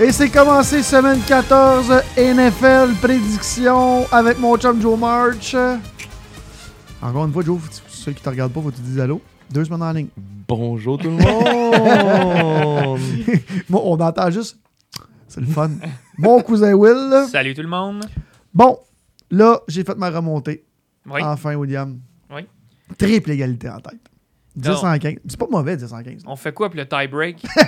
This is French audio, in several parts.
Et c'est commencé semaine 14 NFL prédiction avec mon chum Joe March. Encore une fois, Joe, faut- ceux qui te regardent pas, faut que tu dises allô. Deux semaines en ligne. Bonjour tout le monde! Moi, on entend juste. C'est le fun. Mon cousin Will. là. Salut tout le monde. Bon, là, j'ai fait ma remontée. Oui. Enfin, William. Oui. Triple égalité en tête. 10 Non. en 15. C'est pas mauvais, 10 en 15. On fait quoi pour le tie-break? mais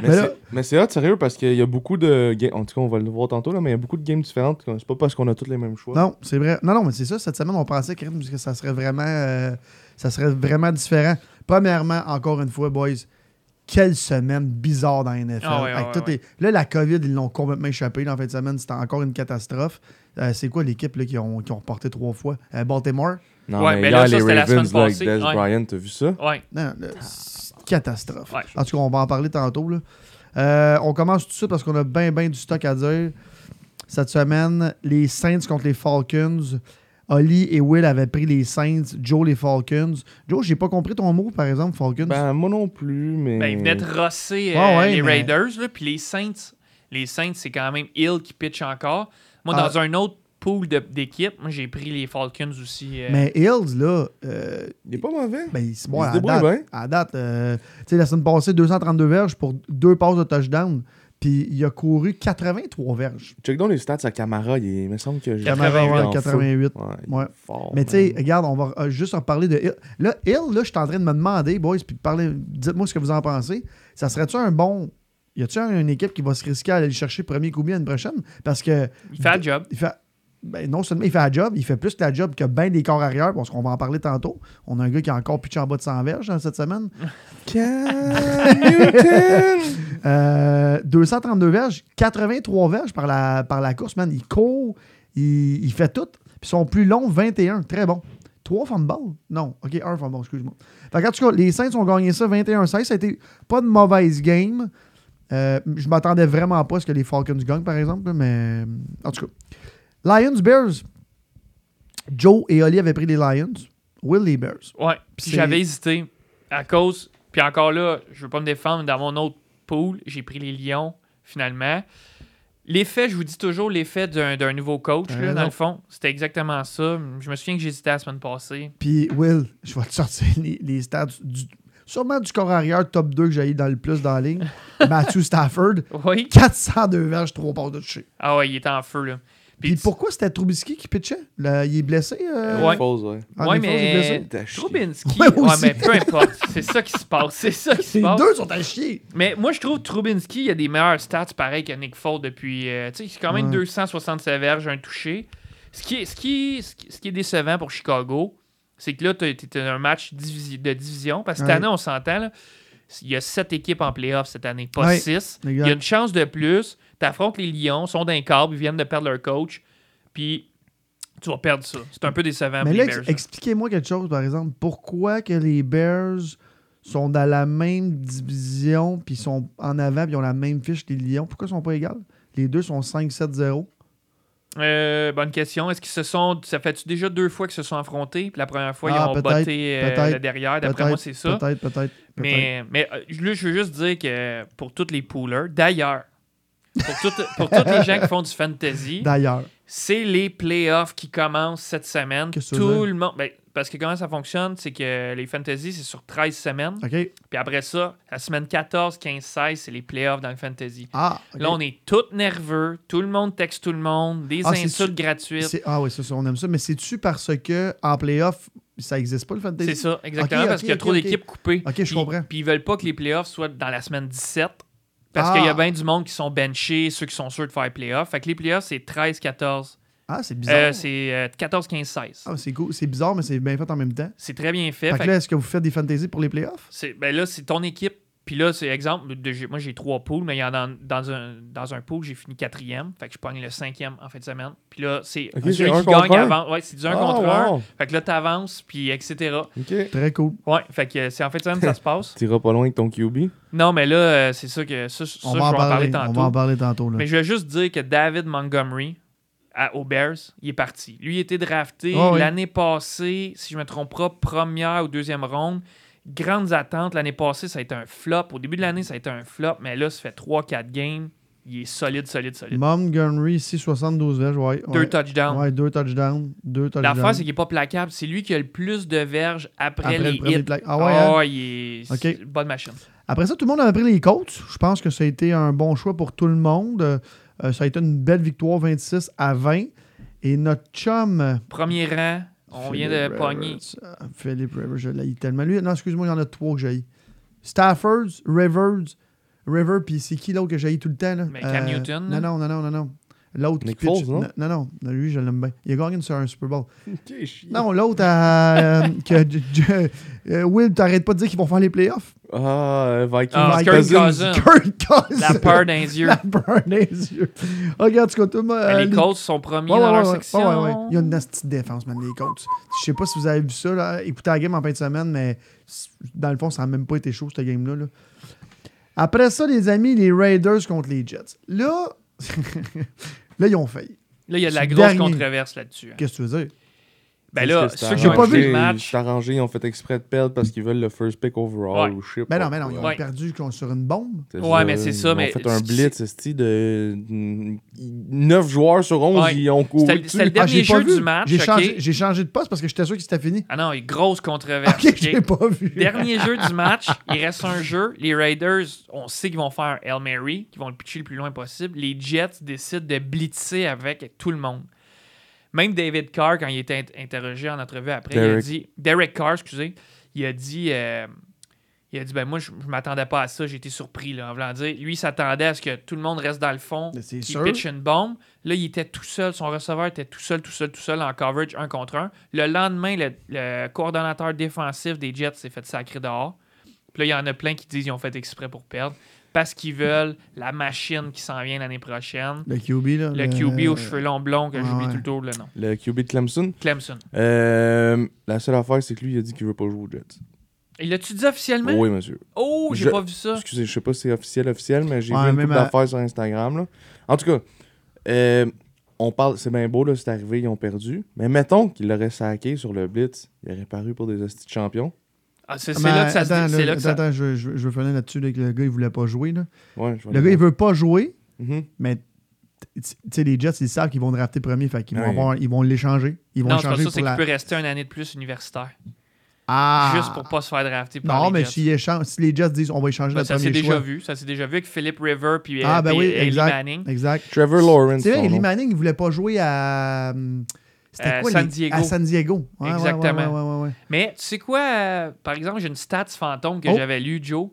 Mais là- c'est- mais c'est hot, sérieux, parce qu'il y a beaucoup de games. En tout cas, on va le voir tantôt, là, mais il y a beaucoup de games différentes. C'est pas parce qu'on a tous les mêmes choix. Non, c'est vrai. Non, non, mais c'est ça. Cette semaine, on pensait que que ça serait vraiment, euh, ça serait vraiment différent. Premièrement, encore une fois, boys, quelle semaine bizarre dans la NFL. Ah ouais, Avec ouais, toutes ouais. les- Là, la COVID, ils l'ont complètement échappé. Là, en fin de semaine, c'était encore une catastrophe. Euh, c'est quoi l'équipe là, qui, ont, qui ont reporté trois fois Euh, Baltimore Non, Ouais, mais là, ça, c'était la semaine là, passée. Des Ouais. Bryant, t'as vu ça? Ouais. Non, le- c'est une catastrophe. Ouais. En tout cas, on va en parler tantôt. là. Euh, on commence tout de suite parce qu'on a bien, bien du stock à dire. Cette semaine, les Saints contre les Falcons. Oli et Will avaient pris les Saints, Joe les Falcons. Joe, j'ai pas compris ton mot, par exemple, Falcons. Ben, moi non plus, mais. Ben, ils venaient de rosser euh, Ouais, ouais, les mais- Raiders, là, puis les Saints. Les Saints, c'est quand même Hill qui pitch encore. Moi, Ah. dans un autre pool de- d'équipe, moi, j'ai pris les Falcons aussi. euh, Mais Hills, là, euh, Il est pas mauvais. ben, il se- Il bon, se à, date, débrouille bien. à date, euh, tu sais, la semaine passée, 232 verges pour deux passes de touchdown. Puis il a couru 83 verges. Check donc les stats à Camara. Il est- il me semble que j'ai. 88. Camara, en ouais, feu. 88. Ouais. il est Ouais. fort, Mais man. tu sais, regarde, on va euh, juste en parler de Hill. Là, Hill, là, je suis en train de me demander, boys, puis parlez, dites-moi ce que vous en pensez. Ça serait-tu un bon. Y a-tu un- une équipe qui va se risquer à aller le chercher premier coup bien l'année prochaine? Parce que il fait le job. il fait. ben, non seulement il fait la job, il fait plus la job que bien des corps arrière, parce qu'on va en parler tantôt. On a un gars qui a encore pitché en bas de 100 verges hein, cette semaine. Cam Newton! Euh, 232 verges, 83 verges par la, par la course, man. Il court, il, il fait tout. Puis son plus long, 21. Très bon. 3 fumbles? Non. OK, 1 fumble, excuse-moi. Fait qu'en tout cas, les Saints ont gagné ça 21-16. Ça a été pas de mauvaise game. Euh, je m'attendais vraiment pas à ce que les Falcons gagnent, par exemple. là, Mais en tout cas. Lions, Bears. Joe et Oli avaient pris les Lions. Will les Bears. Ouais. Puis Puis c'est- j'avais hésité à cause. Puis encore là, je veux pas me défendre, mais dans mon autre pool, j'ai pris les Lions finalement. L'effet, je vous dis toujours l'effet d'un d'un nouveau coach, T'as là, raison. dans le fond. C'était exactement ça. Je me souviens que j'hésitais la semaine passée. Puis Will, je vais te sortir les, les stats du, sûrement du corps arrière top 2 que j'ai eu dans le plus dans la ligne. Matthew Stafford, Oui. 402 verges, 3 passes de toucher. Ah ouais, il était en feu, là. Puis Puis pourquoi c'était Trubisky qui pitchait? Le- il est blessé? euh, Ouais. Falls, ouais. en défense, il est Ouais, mais blessé? T'as chié. Trubinski, Ouais, ouais, aussi. mais peu importe, c'est ça qui se passe, c'est ça qui se Les passe. deux sont à chier. Mais moi, je trouve Trubinski, il a des meilleurs stats pareil que Nick Ford depuis. euh, tu sais, c'est quand même Ouais. 267 verges, un touché. Ce qui, est, ce, qui, ce qui- ce qui est décevant pour Chicago, c'est que là, tu as un match divisi- de division. Parce que cette Ouais. année, on s'entend, là, il y a 7 équipes en playoff cette année, pas Ouais. 6. Exact. Il y a une chance de plus. Tu affrontes les Lions, sont d'un câble, ils viennent de perdre leur coach. Puis tu vas perdre ça. C'est un peu décevant. Mais pour là, Ah, les ex- Bears, là. expliquez-moi quelque chose, par exemple. Pourquoi que les Bears sont dans la même division, puis sont en avant, puis ont la même fiche que les Lions? Pourquoi ils sont pas égales? Les deux sont 5-7-0. Euh, bonne question. Est-ce qu'ils se sont. Ça fait-tu déjà deux fois qu'ils se sont affrontés? Puis la première fois, Ah, ils ont peut-être, botté euh, peut-être, le derrière. D'après Peut-être, moi, c'est ça. Peut-être, peut-être. peut-être. Mais, mais euh, là, je veux juste dire que pour tous les poolers, d'ailleurs, pour, toutes- pour tous les gens qui font du fantasy, D'ailleurs. c'est les playoffs qui commencent cette semaine. Qu'est-ce que ça veut Tout dire? le monde. ben, parce que comment ça fonctionne, c'est que les fantasy, c'est sur 13 semaines. OK. Puis après ça, la semaine 14, 15, 16, c'est les playoffs dans le fantasy. Ah, ok. Là, on est tous nerveux. Tout le monde texte tout le monde. Des Ah, c'est insultes su- gratuites. C'est- Ah oui, ça, ça, on aime ça. Mais c'est-tu parce que en playoff, ça existe pas le fantasy? C'est ça, exactement, Ok, ok, parce qu'il y a ok, trop ok. d'équipes coupées. Ok, je Puis- comprends. Puis ils veulent pas que les playoffs soient dans la semaine 17, parce qu'il y Ah. a bien du monde qui sont benchés, ceux qui sont sûrs de faire les playoffs. Fait que les playoffs, c'est 13, 14, Ah, c'est bizarre. euh, c'est euh, 14, 15, 16. Ah, c'est cool. C'est bizarre, mais c'est bien fait en même temps. C'est très bien fait. Fait, Fait que là, que est-ce que vous faites des fantaisies pour les playoffs? c'est- ben là, c'est ton équipe. Puis là, c'est exemple, de- j'ai- moi j'ai trois poules, mais il y en a dans, dans un, dans un pool, j'ai fini quatrième. Fait que je pogne le cinquième en fin de semaine. Puis là, c'est Ok, ceux c'est qui un gagnent contre un? avant. Ouais, c'est du 1 Ah, contre 1. wow. Fait que là, t'avances, puis etc. Ok. Très cool. Ouais, fait que euh, c'est en fin de semaine que ça se passe. T'iras pas loin avec ton QB. Non, mais là, euh, c'est ça que ça, ça, On je va en vais en parler, parler on tantôt. va en parler tantôt. Là. Mais je vais juste dire que David Montgomery, à, aux Bears, il est parti. Lui, il était drafté Ah oui. l'année passée, si je ne me trompe pas, première ou deuxième ronde. grandes attentes. L'année passée, ça a été un flop. Au début de l'année, ça a été un flop, mais là, ça fait 3-4 games. Il est solide, solide, solide. Montgomery, ici, 72 verges. Ouais, Deux ouais. touchdowns. Ouais, deux touchdowns. Deux touchdowns. L'affaire, c'est qu'il n'est pas placable. C'est lui qui a le plus de verges après, Après le les premier hits. plaque. Ah Ah ouais, hein? il est... Ok. c'est une bonne machine. Après ça, tout le monde avait pris les Colts. Je pense que ça a été un bon choix pour tout le monde. Euh, euh, ça a été une belle victoire, 26 à 20. Et notre chum. euh, Premier rang, on Philip vient de Rivers, pogner. euh, Philip Rivers, je l'ai tellement. Lui, non, excuse-moi, il y en a trois que j'ai. Stafford, Rivers, River, puis c'est qui l'autre que j'ai tout le temps? Là? Euh, Mais Cam Newton, Non, là. non, non, non, non. non. L'autre qui Nick pitch. Foles, non? non, non, non, lui, je l'aime bien. Il a gagné sur un Super Bowl. Ok, chier. Non, l'autre, euh, euh, que, J- J- euh, Will, t'arrêtes pas de dire qu'ils vont faire les playoffs? Ah, euh, Vikings. Ah, Kirk Cousins. Cousins. Kirk Cousins. La peur dans les yeux. La peur dans les yeux. Ah, Regarde, tu tout le monde, Mais euh, Ben, les Colts sont premiers Ouais, ouais, dans leur ouais, ouais. section. Mm. Ouais, ouais, ouais. Il y a une petite défense, man, les Colts. Je sais pas si vous avez vu ça, là. écoutez la game en fin de semaine, mais c- dans le fond, ça n'a même pas été chaud, cette game-là. là. Après ça, les amis, les Raiders contre les Jets. Là, là ils ont failli. Là, il y a de la C'est grosse dernier. controverse là-dessus. hein. Qu'est-ce que tu veux dire? Ben Parce là, que c'est ceux qui J'ai ont pas écouté vu. le match, C'est arrangé, ils ont fait exprès de perdre parce qu'ils veulent le first pick overall Ouais. ou shit. Ben non, ben non, ils ont Ouais. perdu contre- sur une bombe. Ouais, mais c'est ça, mais Ils ont fait un c'est- blitz, esti, de 9 joueurs sur 11, Ouais. ils ont couru. C'était- dessus. c'était le dernier Ah, j'ai pas jeu vu. du match, J'ai ok. changé, j'ai changé de poste parce que j'étais sûr que c'était fini. Ah non, il y a grosse controverse. Ok, ok? j'ai pas vu. Dernier jeu du match, il reste un jeu. Les Raiders, on sait qu'ils vont faire Hail Mary, qu'ils vont le pitcher le plus loin possible. Les Jets décident de blitzer avec tout le monde. Même David Carr, quand il était int- interrogé en entrevue après, il a Derek. dit Derek Carr, excusez, il a dit euh, il a dit ben moi je, je m'attendais pas à ça, j'ai été surpris là, en voulant dire lui il s'attendait à ce que tout le monde reste dans le fond, Mais C'est qu'il sûr. pitch une bombe. Là, il était tout seul, son receveur était tout seul, tout seul, tout seul en coverage un contre un. Le lendemain, le, le coordonnateur défensif des Jets s'est fait sacrer dehors. Puis là, il y en a plein qui disent qu'ils ont fait exprès pour perdre parce qu'ils veulent la machine qui s'en vient l'année prochaine. Le QB, là. Le QB aux cheveux longs blonds, que ouais, j'oublie Euh, ouais. tout le tour le nom. Le QB de Clemson. Clemson. Euh, la seule affaire, c'est que lui, il a dit qu'il veut pas jouer aux Jets. Il l'a-tu dit officiellement? Oui, monsieur. Oh, j'ai Je- pas vu ça. Excusez, je sais pas si c'est officiel, officiel, mais j'ai Ouais, vu une même couple à- d'affaires sur Instagram. là. En tout cas, euh, on parle, c'est bien beau, là, c'est arrivé, ils ont perdu. Mais mettons qu'il l'aurait saqué sur le blitz, il aurait paru pour des hosties de champions. Ah, c'est c'est là que ça se attends, dit- c'est là que ça- attends, je, je, je veux finir là-dessus. là, que Le gars, il voulait pas jouer. Là. Ouais, je vais Le le gars, il faire. veut pas jouer. Mhm. Mais t- tu sais, les Jets, ils savent qu'ils vont drafter premier, fait qu'ils vont Ouais. avoir- ils vont l'échanger. Ils vont Non, c'est pas changer ça, c'est pour la. qu'il peut rester une année de plus universitaire. Ah! Juste pour pas se faire drafter par Non, les mais Jets. s'ils échangent- si les Jets disent on va échanger Ben, notre ça s'est premier déjà choix. vu. Ça s'est déjà vu avec Philip River puis euh, Ah, ben puis oui, Eli exact. Manning. Exact. Trevor Lawrence. C'est son vrai, Eli nom. Manning, il voulait pas jouer à. hum, C'était Euh, quoi San les- Diego. À San Diego. Ouais, ouais, ouais, Exactement. ouais, ouais, ouais. Mais tu sais quoi, euh, par exemple, j'ai une stats fantôme que Oh. j'avais lue, Joe.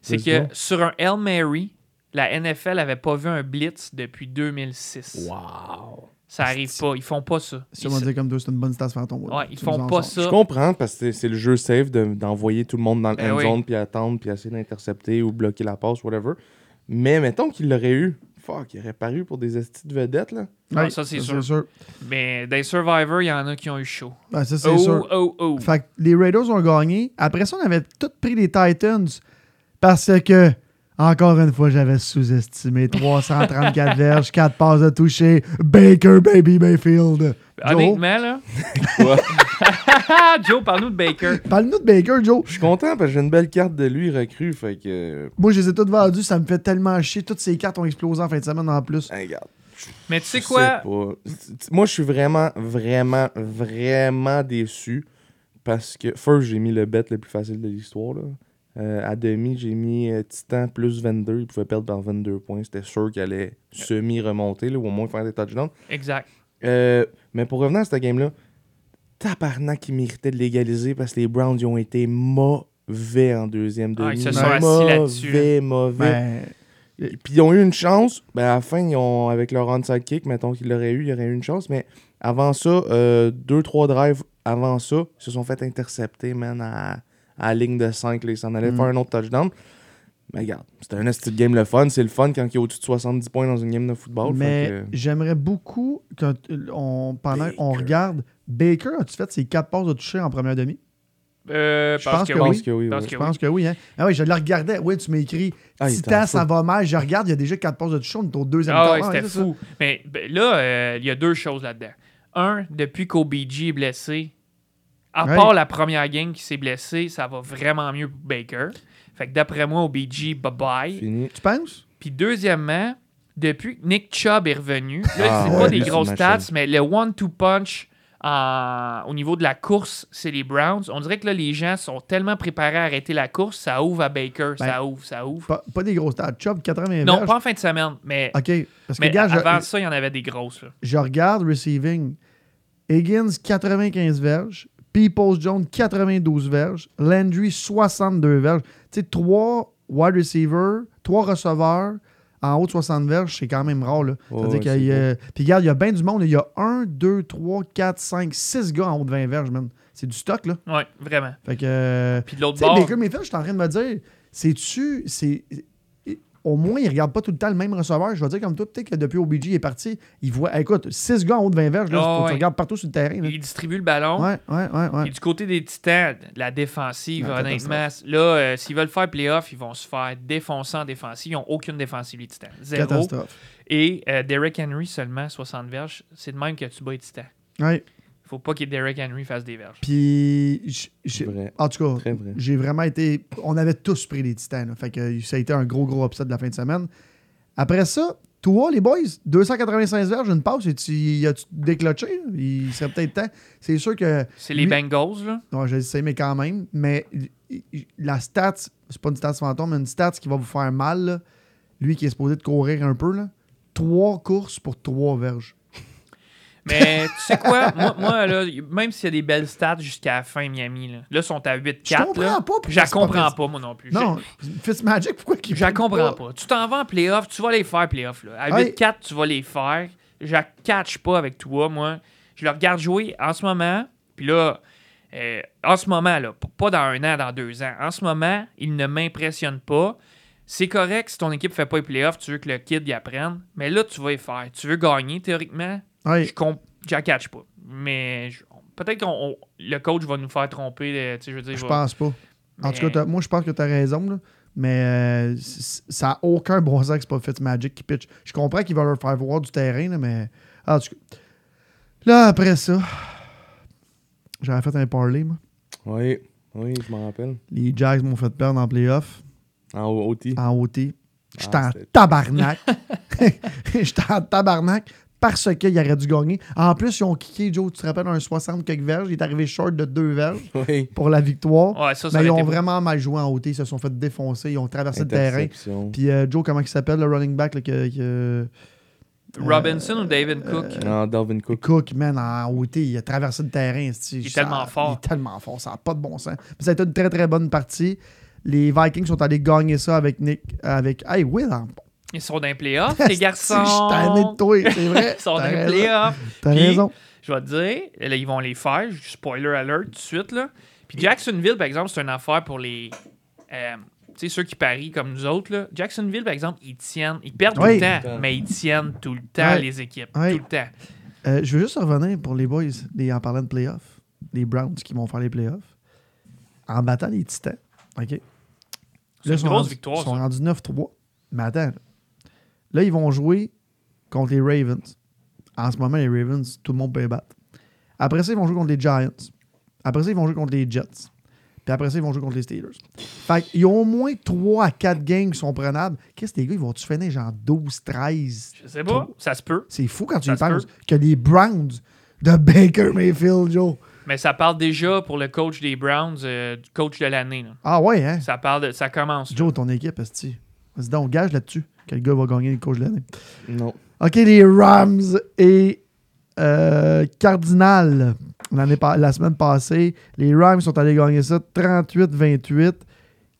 C'est Vas-y que donc. sur un Hail Mary, la NFL avait pas vu un blitz depuis 2006. Wow. Ça arrive pas. Ils font pas ça. Si on Ils- va dire comme toi, c'est une bonne stance fantôme. Ouais, ils Tu nous font en pas sors. ça. Je comprends parce que c'est- c'est le jeu safe de- d'envoyer tout le monde dans le Ben end oui. zone puis attendre puis essayer d'intercepter ou bloquer la passe, whatever. Mais mettons qu'il l'aurait eu. Fuck, il aurait paru pour des estis de vedettes, là. Ah, Ouais, ça, c'est sûr. sûr. sûr. Mais des survivors, il y en a qui ont eu chaud. Ben, ça, c'est Oh, sûr. oh, oh. Fait que les Raiders ont gagné. Après ça, on avait tout pris les Titans parce que, encore une fois, j'avais sous-estimé 334 verges, 4 passes de toucher, Baker, Baby Mayfield. Joe, Honnêtement, là. Quoi? Joe, parle-nous de Baker. parle-nous de Baker, Joe. Je suis content parce que j'ai une belle carte de lui recrue. Fait que. Moi, je les ai toutes vendues, ça me fait tellement chier. Toutes ces cartes ont explosé en fin de semaine en plus. Hey, regarde. Mais tu sais Je quoi? sais pas. Moi, je suis vraiment, vraiment, vraiment déçu parce que, first, j'ai mis le bet le plus facile de l'histoire. là. Euh, à demi, j'ai mis euh, Titan plus 22. Il pouvait perdre par 22 points. C'était sûr qu'il allait semi-remonter là, ou au moins faire des touchdowns. Exact. Euh, mais pour revenir à cette game-là, tabarnak qui méritait de l'égaliser parce que les Browns ils ont été mauvais en deuxième demi. Ah, ils se sont assis là-dessus. hein. Mauvais, mauvais. Ben, Et Puis ils ont eu une chance. Ben, à la fin, ils ont, avec leur onside kick, mettons qu'ils l'auraient eu, il y aurait eu une chance. Mais avant ça, euh, deux, trois drives avant ça, ils se sont fait intercepter, man, à, à la ligne de 5. Ils s'en allaient Mm. faire un autre touchdown. Mais regarde, c'était un esti de game le fun. C'est le fun quand il y a au-dessus de 70 points dans une game de football. mais Fait que- j'aimerais beaucoup, quand on, pendant qu'on Baker. regarde, Baker, as-tu fait ses 4 passes de toucher en première demi? Euh, Je parce pense que, Je que oui. pense que oui. Parce ouais. que Je oui. pense que oui. Hein? Ah oui, je le regardais. Oui, tu m'écris. Ah, il était en Titan, ça feu. va mal. Je regarde, il y a déjà 4 passes de toucher. On est au deuxième Ah quart. ouais, c'était c'est ça. fou. Mais ben, là, euh, il y a deux choses là-dedans. Un, depuis qu'OBG est blessé, À Ouais. part la première game qui s'est blessée, ça va vraiment mieux pour Baker. Fait que d'après moi, OBG, bye-bye. Fini. Tu penses? Puis deuxièmement, depuis que Nick Chubb est revenu, là, Ah, c'est ouais, pas des lui, c'est grosses ma stats, chose. mais le one-two punch en- au niveau de la course, c'est les Browns. On dirait que là, les gens sont tellement préparés à arrêter la course, ça ouvre à Baker, Ben, ça ouvre, ça ouvre. Pas, pas des grosses stats. Chop, 80 Non, verges. pas en fin de semaine, mais, OK. Parce que, mais gars, je- avant ça, il y en avait des grosses. là. je regarde receiving. Higgins, 95 verges. Peoples Jones, 92 verges. Landry, 62 verges. Tu sais, 3 wide receivers, 3 receveurs en haut de 60 verges, c'est quand même rare. Là. Ouais, C'est-à-dire ouais, qu'il y a. Puis regarde, il y a bien du monde. Il y a 1, 2, 3, 4, 5, 6 gars en haut de 20 verges, man. C'est du stock, là. Ouais, vraiment. Fait que. euh, Puis de l'autre Tu sais, bord, Baker Mayfield, je suis en train de me dire, c'est-tu. c'est Au moins, il regarde pas tout le temps le même receveur. Je vais dire comme toi, peut-être que depuis OBG est parti, il voit. Écoute, 6 gars en haut de 20 verges, là, Ah, tu- ouais. tu regardes partout sur le terrain. là. il distribue le ballon. Ouais, ouais, ouais, ouais. Et du côté des Titans, la défensive, Ouais, honnêtement, là, euh, s'ils veulent faire playoff, ils vont se faire défoncer en défensive. Ils n'ont aucune défensive, les Titans. Zéro. Catastrophe. Et euh, Derrick Henry seulement, 60 verges. C'est de même que tu bats les Titans. Ouais. Il faut pas que Derrick Henry fasse des verges. Puis. j- j'ai- Vrai. En tout cas, Très vrai. j'ai vraiment été. On avait tous pris les titans. là. Fait que ça a été un gros, gros upset de la fin de semaine. Après ça, toi, les boys, 285 verges, une passe, et tu, y as-tu déclenché? là? Il serait peut-être temps. C'est sûr que. C'est les lui- Bengals, là. Non, je le sais, mais quand même. Mais il- il- la stat, c'est pas une stat fantôme, mais une stat qui va vous faire mal, là. lui qui est supposé de courir un peu, là. trois courses pour trois verges. Mais tu sais quoi? Moi, moi, là, même s'il y a des belles stats jusqu'à la fin, Miami, là, là, sont à 8-4. Je comprends là. pas pourquoi Je la c'est pas comprends possible. pas, moi non plus. Non, Fitzmagic, pourquoi qu'il. Je la comprends pas. Tu t'en vas en playoff, tu vas les faire playoff. Là. À Ouais. 8-4, tu vas les faire. Je la catch pas avec toi, moi. Je le regarde jouer en ce moment. Puis là, euh, en ce moment, là, p- pas dans un an, dans deux ans. En ce moment, il ne m'impressionne pas. C'est correct si ton équipe fait pas les playoffs, tu veux que le kid y apprenne. Mais là, tu vas y faire. Tu veux gagner, théoriquement. Ouais. Je comp- je la catch pas. Mais je- peut-être que le coach va nous faire tromper. euh, tu sais, je veux dire, Je va- pense pas. En tout cas, Mais- t'as- moi, je pense que tu as raison, là. mais euh, c- c- ça n'a aucun bon sens que c'est pas Fitzmagic qui pitch. Je comprends qu'ils veulent leur faire voir du terrain, là, mais. En tout cas. Là, après ça, j'avais fait un parlay, moi. Oui, oui, je m'en rappelle. Les Jags m'ont fait perdre en playoff, En OT. en OT. J'étais Ah, en c'était- tabarnak. J'étais en tabarnak parce qu'ils auraient dû gagner. En plus, ils ont kické, Joe, tu te rappelles, un 60 quelques verges. Il est arrivé short de deux verges Oui. pour la victoire. Ouais, ça, ça Mais ils aurait ont été- vraiment mal joué en OT. Ils se sont fait défoncer. Ils ont traversé le terrain. Interception. Puis euh, Joe, comment il s'appelle, le running back? là, que, que- Robinson ou David Cook? euh, Non, Dalvin Cook. Cook, man, en OT, il a traversé le terrain. esti, Il est ça- tellement fort. Il est tellement fort. Ça n'a pas de bon sens. Puis ça a été une très, très bonne partie. Les Vikings sont allés gagner ça avec Nick. Avec. Hey, Will, en Ils sont dans les playoffs, les garçons. Je suis tanné de toi, c'est vrai. Ils sont dans T'as les raison. playoffs. T'as Puis, raison. Je vais te dire, là, ils vont les faire. Spoiler alert, tout de suite. Là. Puis Jacksonville, par exemple, c'est une affaire pour les. euh, tu sais, ceux qui parient comme nous autres. Là. Jacksonville, par exemple, ils tiennent. Ils perdent Oui. tout le Tout le temps, temps. mais ils tiennent tout le temps Ouais. les équipes. Ouais. Tout le temps. Euh, je veux juste revenir pour les boys, les- en parlant de playoffs, les Browns qui vont faire les playoffs, en battant les Titans. OK? Là, C'est une ils sont grosse rendus- victoire, Ils sont ça. rendus 9-3. Mais attends, là. Là, ils vont jouer contre les Ravens. En ce moment, les Ravens, tout le monde peut les battre. Après ça, ils vont jouer contre les Giants. Après ça, ils vont jouer contre les Jets. Puis après ça, ils vont jouer contre les Steelers. Fait qu'ils ont au moins 3 à 4 games qui sont prenables. Qu'est-ce que les gars, ils vont-tu finir genre 12, 13, Je sais pas, ça se peut. c'est fou quand tu Ça y se penses que les Browns de Baker Mayfield, Joe. Mais ça parle déjà pour le coach des Browns, euh, du coach de l'année. là. Ah ouais, hein? Ça parle de- ça commence. là. Joe, ton équipe, est-ce Vas-y donc, gage là-dessus que le gars va gagner le coach de l'année. Non. OK, les Rams et euh, Cardinal. L'année pa- la semaine passée, les Rams sont allés gagner ça 38-28.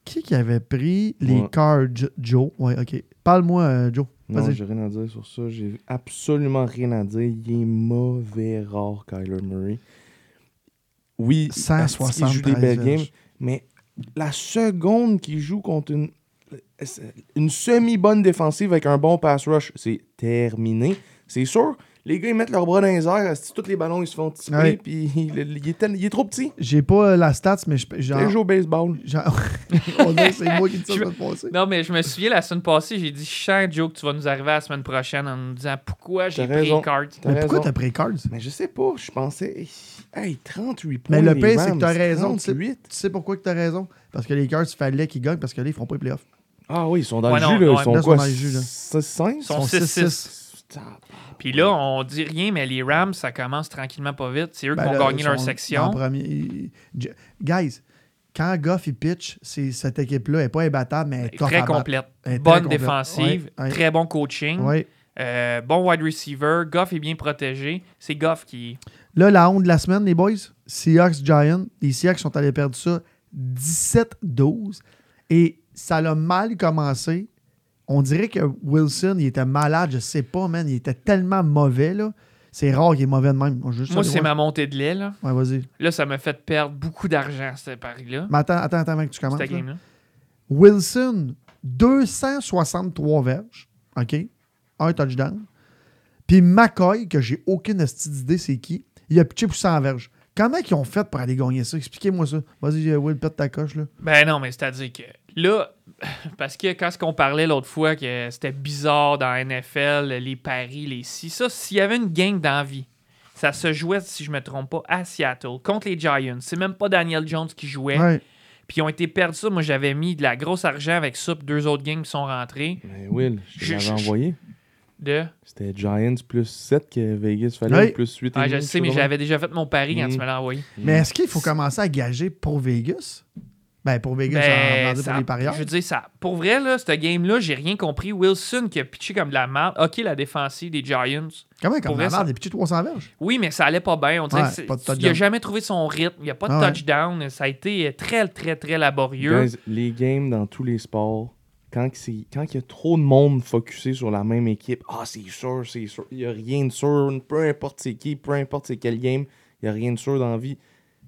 Qui qui avait pris les Moi. Cards, Joe? Ouais, OK. Parle-moi, euh, Joe. Non, Vas-y. j'ai rien à dire sur ça. J'ai absolument rien à dire. Il est mauvais rare, Kyler Murray. Oui, il joue des 173 belles games, verges. mais la seconde qu'il joue contre une, une semi-bonne défensive avec un bon pass rush, c'est terminé. C'est sûr, Les gars, ils mettent leurs bras dans les airs. asti, Tous les ballons, ils se font tirer. Ouais. Puis il, il est tel- il est trop petit. J'ai pas euh, la stats, mais je- genre. Il joue au baseball. genre- on dirait que c'est moi qui dis ça, Je- ça va te passer. Non, mais je me souviens la semaine passée, j'ai dit, je sens, Joe, que tu vas nous arriver la semaine prochaine en nous disant pourquoi j'ai T'as pris raison. Cart. T'as Mais pourquoi raison. t'as pris Cards? Tu Mais je sais pas, je pensais. Hey, 38 points. Mais le les pire, c'est que Rams, t'as raison, tu sais. 38. sais pourquoi que t'as raison? Parce que les Cards, il fallait qu'ils gagnent parce que là, ils feront pas les playoffs. Ah oui, ils sont dans Ouais, le non, jus, là. ouais, Ils sont là, ils quoi sont dans le jus, là. 5 Ils sont 6-6. Puis là, on dit rien, mais les Rams, ça commence tranquillement pas vite. C'est eux Ben qui vont là, gagner ils leur sont section. en premier. Je- Guys, quand Goff il pitch, c'est- cette équipe-là n'est pas imbattable, mais elle est tough à Ben, Très battre. complète. Elle est très Bonne complète. défensive, Ouais, ouais. très bon coaching, Ouais. euh, bon wide receiver. Goff est bien protégé. C'est Goff qui. Là, la honte de la semaine, les boys, Seahawks Giants. Les Seahawks sont allés perdre ça 17-12. Et ça l'a mal commencé. On dirait que Wilson, il était malade, je sais pas, man. Il était tellement mauvais, là. C'est rare qu'il est mauvais de même. On juste Moi, aller c'est voir. ma montée de lait. Là, Ouais, vas-y. Là, ça m'a fait perdre beaucoup d'argent, ce pari-là. Mais attends, attends, attends avant que tu commences. Cette là. game-là. Wilson, 263 verges. OK? Un touchdown. Puis McCoy, que j'ai aucune hostie d'idée c'est qui, il a pitché pour 100 verges. Comment ils ont fait pour aller gagner ça? Expliquez-moi ça. Vas-y, euh, Will, pète ta coche, là. Ben non, mais c'est-à-dire que là, parce que quand on parlait l'autre fois que c'était bizarre dans la NFL, les paris, les si, ça, s'il y avait une gang d'envie, ça se jouait, si je me trompe pas, à Seattle contre les Giants. C'est même pas Daniel Jones qui jouait. Ouais. Puis ils ont été perdus. ça. Moi, j'avais mis de la grosse argent avec ça, puis deux autres gangs qui sont rentrés. Mais Will, je te Je- l'avais je- envoyé. De... C'était Giants plus 7 que Vegas fallait Ouais. plus 8. Ah, je le sais, mais j'avais déjà fait mon pari quand Mm. tu me l'as envoyé. Mais est-ce qu'il faut commencer à gager pour Vegas? Ben, pour Vegas, Ben, en- en- ça- pour les parieurs. Je veux dire, ça, pour vrai, là, cette game-là, j'ai rien compris. Wilson qui a pitché comme de la merde. OK, la défensive des Giants. Comment, comme pour la vrai, merde, des petits 300 verges? Oui, mais ça allait pas bien. On dirait Ouais, que c'est- pas de il touchdown. a jamais trouvé son rythme. Il n'y a pas de Ah ouais. touchdown. Ça a été très, très, très laborieux. Guys, les games dans tous les sports, quand que c'est- quand il y a trop de monde focusé sur la même équipe, ah, c'est sûr, c'est sûr, il n'y a rien de sûr, peu importe c'est qui, peu importe c'est quel game, il n'y a rien de sûr dans la vie.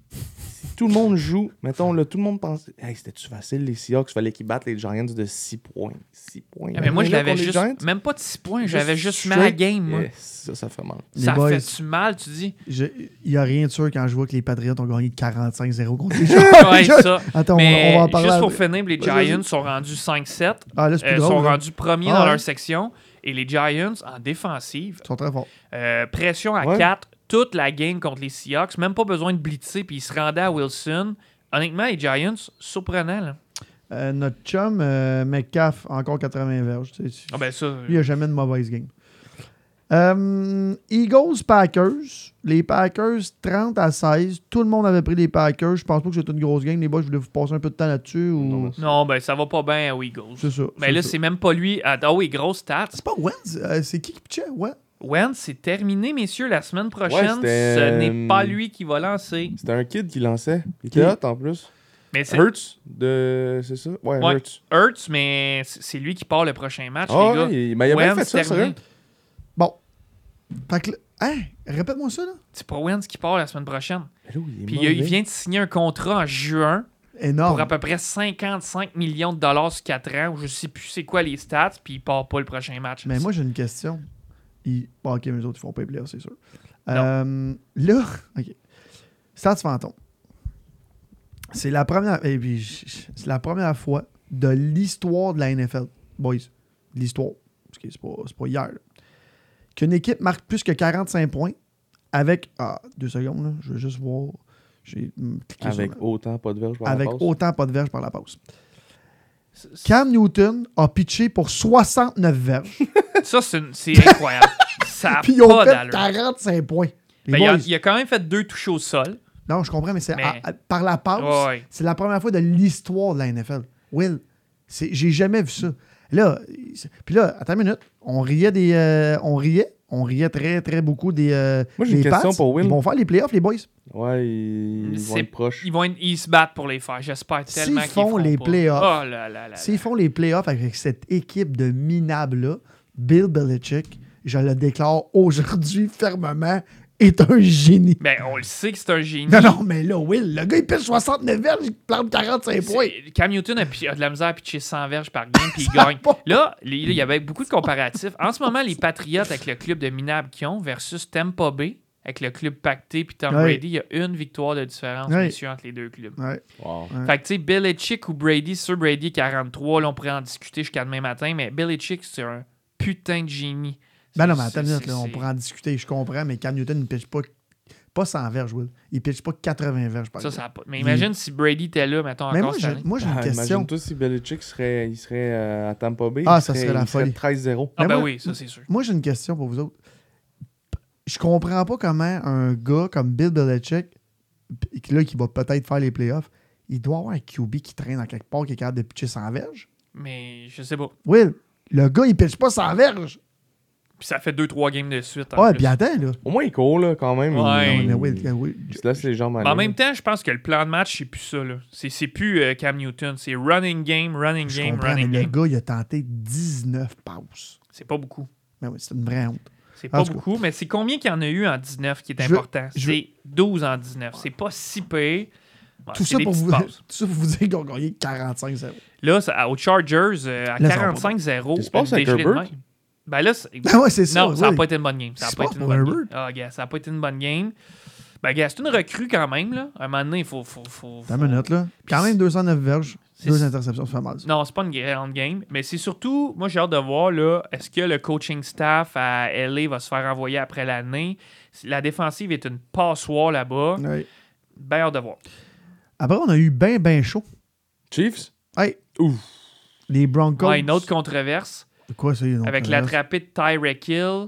Si tout le monde joue, mettons, là, tout le monde pense, hey, c'était-tu facile les Seahawks, fallait qu'ils battent les Giants de 6 points. 6 points. Ah, mais moi, je Là, contre l'avais les juste. Giants, Même pas de 6 points. J'avais juste mal à la straight- game, moi. Yes, ça, ça fait mal. Les Ça boys. fait-tu mal, tu dis? Je- Il n'y a rien de sûr quand je vois que les Patriots ont gagné 45-0 contre les Ouais, Giants. ça. Attends, on- Mais on va en parler. juste pour après. finir, les Vas-y, vas-y. Giants sont rendus 5-7. Ah, là, c'est plus euh, drôle. sont là. rendus premiers Ah dans ouais. leur section. Et les Giants, en défensive, Ils sont très forts. euh, pression à Ouais. 4, toute la game contre les Seahawks, même pas besoin de blitzer, puis ils se rendaient à Wilson. Honnêtement, les Giants, surprenant. Là. Euh, notre chum, euh, McCaff, encore 80 verges. Tu sais, Ah ben ça, euh, Lui, il n'a jamais de mauvaise game. Euh, Eagles, Packers. Les Packers, 30 à 16. Tout le monde avait pris les Packers. Je pense pas que c'était une grosse game. Les boys, je voulais vous passer un peu de temps là-dessus. Ou... Non, mais- non, ben ça va pas bien aux Eagles. C'est ça. Mais là, ça. c'est même pas lui. Ah ah oui, grosse stats. C'est pas Wentz. euh, c'est qui qui pitchait? Ouais. Wentz, c'est terminé, messieurs, la semaine Ouais, prochaine. c'était, ce euh, n'est pas lui qui va lancer. C'était un kid qui lançait. Il Qui? était hot en plus. Mais c'est Hurts, de... c'est ça? Ouais, Ouais. Hurts. Hurts, mais c'est c'est lui qui part le prochain match, Ah, les gars. ouais, il, ben, il a bien Wentz, fait ça, terminé. sérieux. Bon. Fait que. là- Hein? Répète-moi ça, là. C'est pas Wentz qui part la semaine prochaine. Allô, il est Puis il a- il mauvais. vient de signer un contrat en juin. pour Énorme. à peu près 55 millions de dollars sur 4 ans, ou je sais plus c'est quoi les stats, puis il part pas le prochain match. Mais moi, j'ai une question. Ils... bon, ok, mais les autres, ils font pas les playoffs, c'est sûr. Euh, là, ok. Stats fantôme. C'est la première. et puis, j- j- c'est la première fois de l'histoire de la NFL, boys, de l'histoire, parce que c'est pas, c'est pas hier, là, qu'une équipe marque plus que 45 points avec. Ah, deux secondes, là, je veux juste voir. J'ai mm, cliqué sur Avec le- autant pas de verge par la avec passe. autant pas de verges par la pause. C'est- c'est- Cam Newton a pitché pour 69 verges. Ça, c'est une- c'est incroyable. ça a Puis ils ont pas fait d'allure. 45 points. Les Ben, il, a, boys- il a quand même fait deux touches au sol. Non, je comprends, mais c'est Mais- à- à- par la passe. Ouais, ouais. C'est la première fois de l'histoire de la NFL. Will, c'est- j'ai jamais vu ça. Là, c'est- puis là, attends une minute, on riait des, euh, on riait, on riait très très beaucoup des. euh, Moi, j'ai une des question Pats. pour Will. Ils vont faire les playoffs, les boys. Ben, Ouais, ils, ils vont C'est- être proches. Ils, vont, être- ils se battent pour les faire. J'espère tellement qu'ils font feront les pas. playoffs, Oh là là là. S'ils font les playoffs avec cette équipe de minables là, Bill Belichick, je le déclare aujourd'hui fermement est un génie. Ben, on le sait que c'est un génie. Non, non, mais là, Will, le gars, il pèse 69 verges, il plante 45 C'est- points. Cam Newton a, pi- a de la misère à pitcher 100 verges par game, puis il gagne. pas- Là, les- là, il y avait beaucoup de comparatifs. En ce moment, les Patriots avec le club de Minab qu'ils ont versus Tampa Bay avec le club pacté puis Tom Ouais. Brady, il y a une victoire de différence, Ouais. messieurs, entre les deux clubs. Ouais. Wow. Fait que, tu sais, Belichick ou Brady, sur Brady 43, là, on pourrait en discuter jusqu'à demain matin, mais Belichick, c'est un putain de génie. Ben non, C'est- mais attends une c'est- minute, là, c'est- on c'est- pourra en discuter, je comprends, mais Cam Newton, il pitche pas, pas 100 verges, Will. Il pitche pas 80 verges par Ça, game. ça a pas- Mais imagine si Brady était là, mettons, Mais encore moi, cette j'ai année. moi, j'ai une Ah, question. Imagine-toi si Belichick serait, il serait euh, à Tampa Bay. Ah, il ça serait la il folie. 13-0. Ah, Mais ben moi- oui, ça, c'est sûr. Moi, j'ai une question pour vous autres. Je comprends pas comment un gars comme Bill Belichick, p- qui- là, qui va peut-être faire les playoffs, il doit avoir un QB qui traîne à quelque part qui est capable de pitcher sans verge. Mais je sais pas. Will, le gars, il pitche pas sans verge. Puis ça fait 2-3 games de suite. en Ouais, plus. Ah, puis attends, là. Au moins, il court, là, quand même. Ouais. Il, Non, mais il- Will, que- Will, il se laisse les jambes aller. Mais en même temps, je pense que le plan de match, c'est plus ça. là. C'est c'est plus euh, Cam Newton. C'est running game, running je game, comprends, mais running le game. gars, il a tenté 19 passes. C'est pas beaucoup. Mais oui, c'est une vraie honte. C'est En pas tout cas. beaucoup, mais c'est combien qu'il y en a eu en 19 qui est Je veux- important? je veux- C'est 12 en 19. C'est pas si payé. Ah, tout, ça pour vous, tout ça pour vous dire qu'on a gagné 45 0 Là, ça- aux Chargers, euh, à Là, ça va pas 45-0. Qu'est-ce qui se passe une avec dégelée de Herbert? même. Ben là, c'est- Ah ouais, c'est ça. non, ça n'a oui. pas été une bonne game. Ça n'a Qu'est-ce pas qui se été une passe bonne pour game. Ah, gars, ça n'a pas été une bonne game. Ben, gars, c'est une recrue quand même. Là. À un moment donné, il faut. faut, faut, T'as faut- une minute, là. Quand même 209 verges, C'est- deux interceptions, ça fait mal. ça. Non, c'est pas une grande game, mais c'est surtout, moi j'ai hâte de voir, là, est-ce que le coaching staff à LA va se faire envoyer après l'année? La défensive est une passoire là-bas. Ouais. Ben hâte de voir. Après, on a eu ben, ben chaud. Chiefs? Hey. Ouf. Les Broncos. Ouais, Ah, une autre controverse De Quoi, ça, une autre avec controverse? l'attrapé de Tyreek Hill.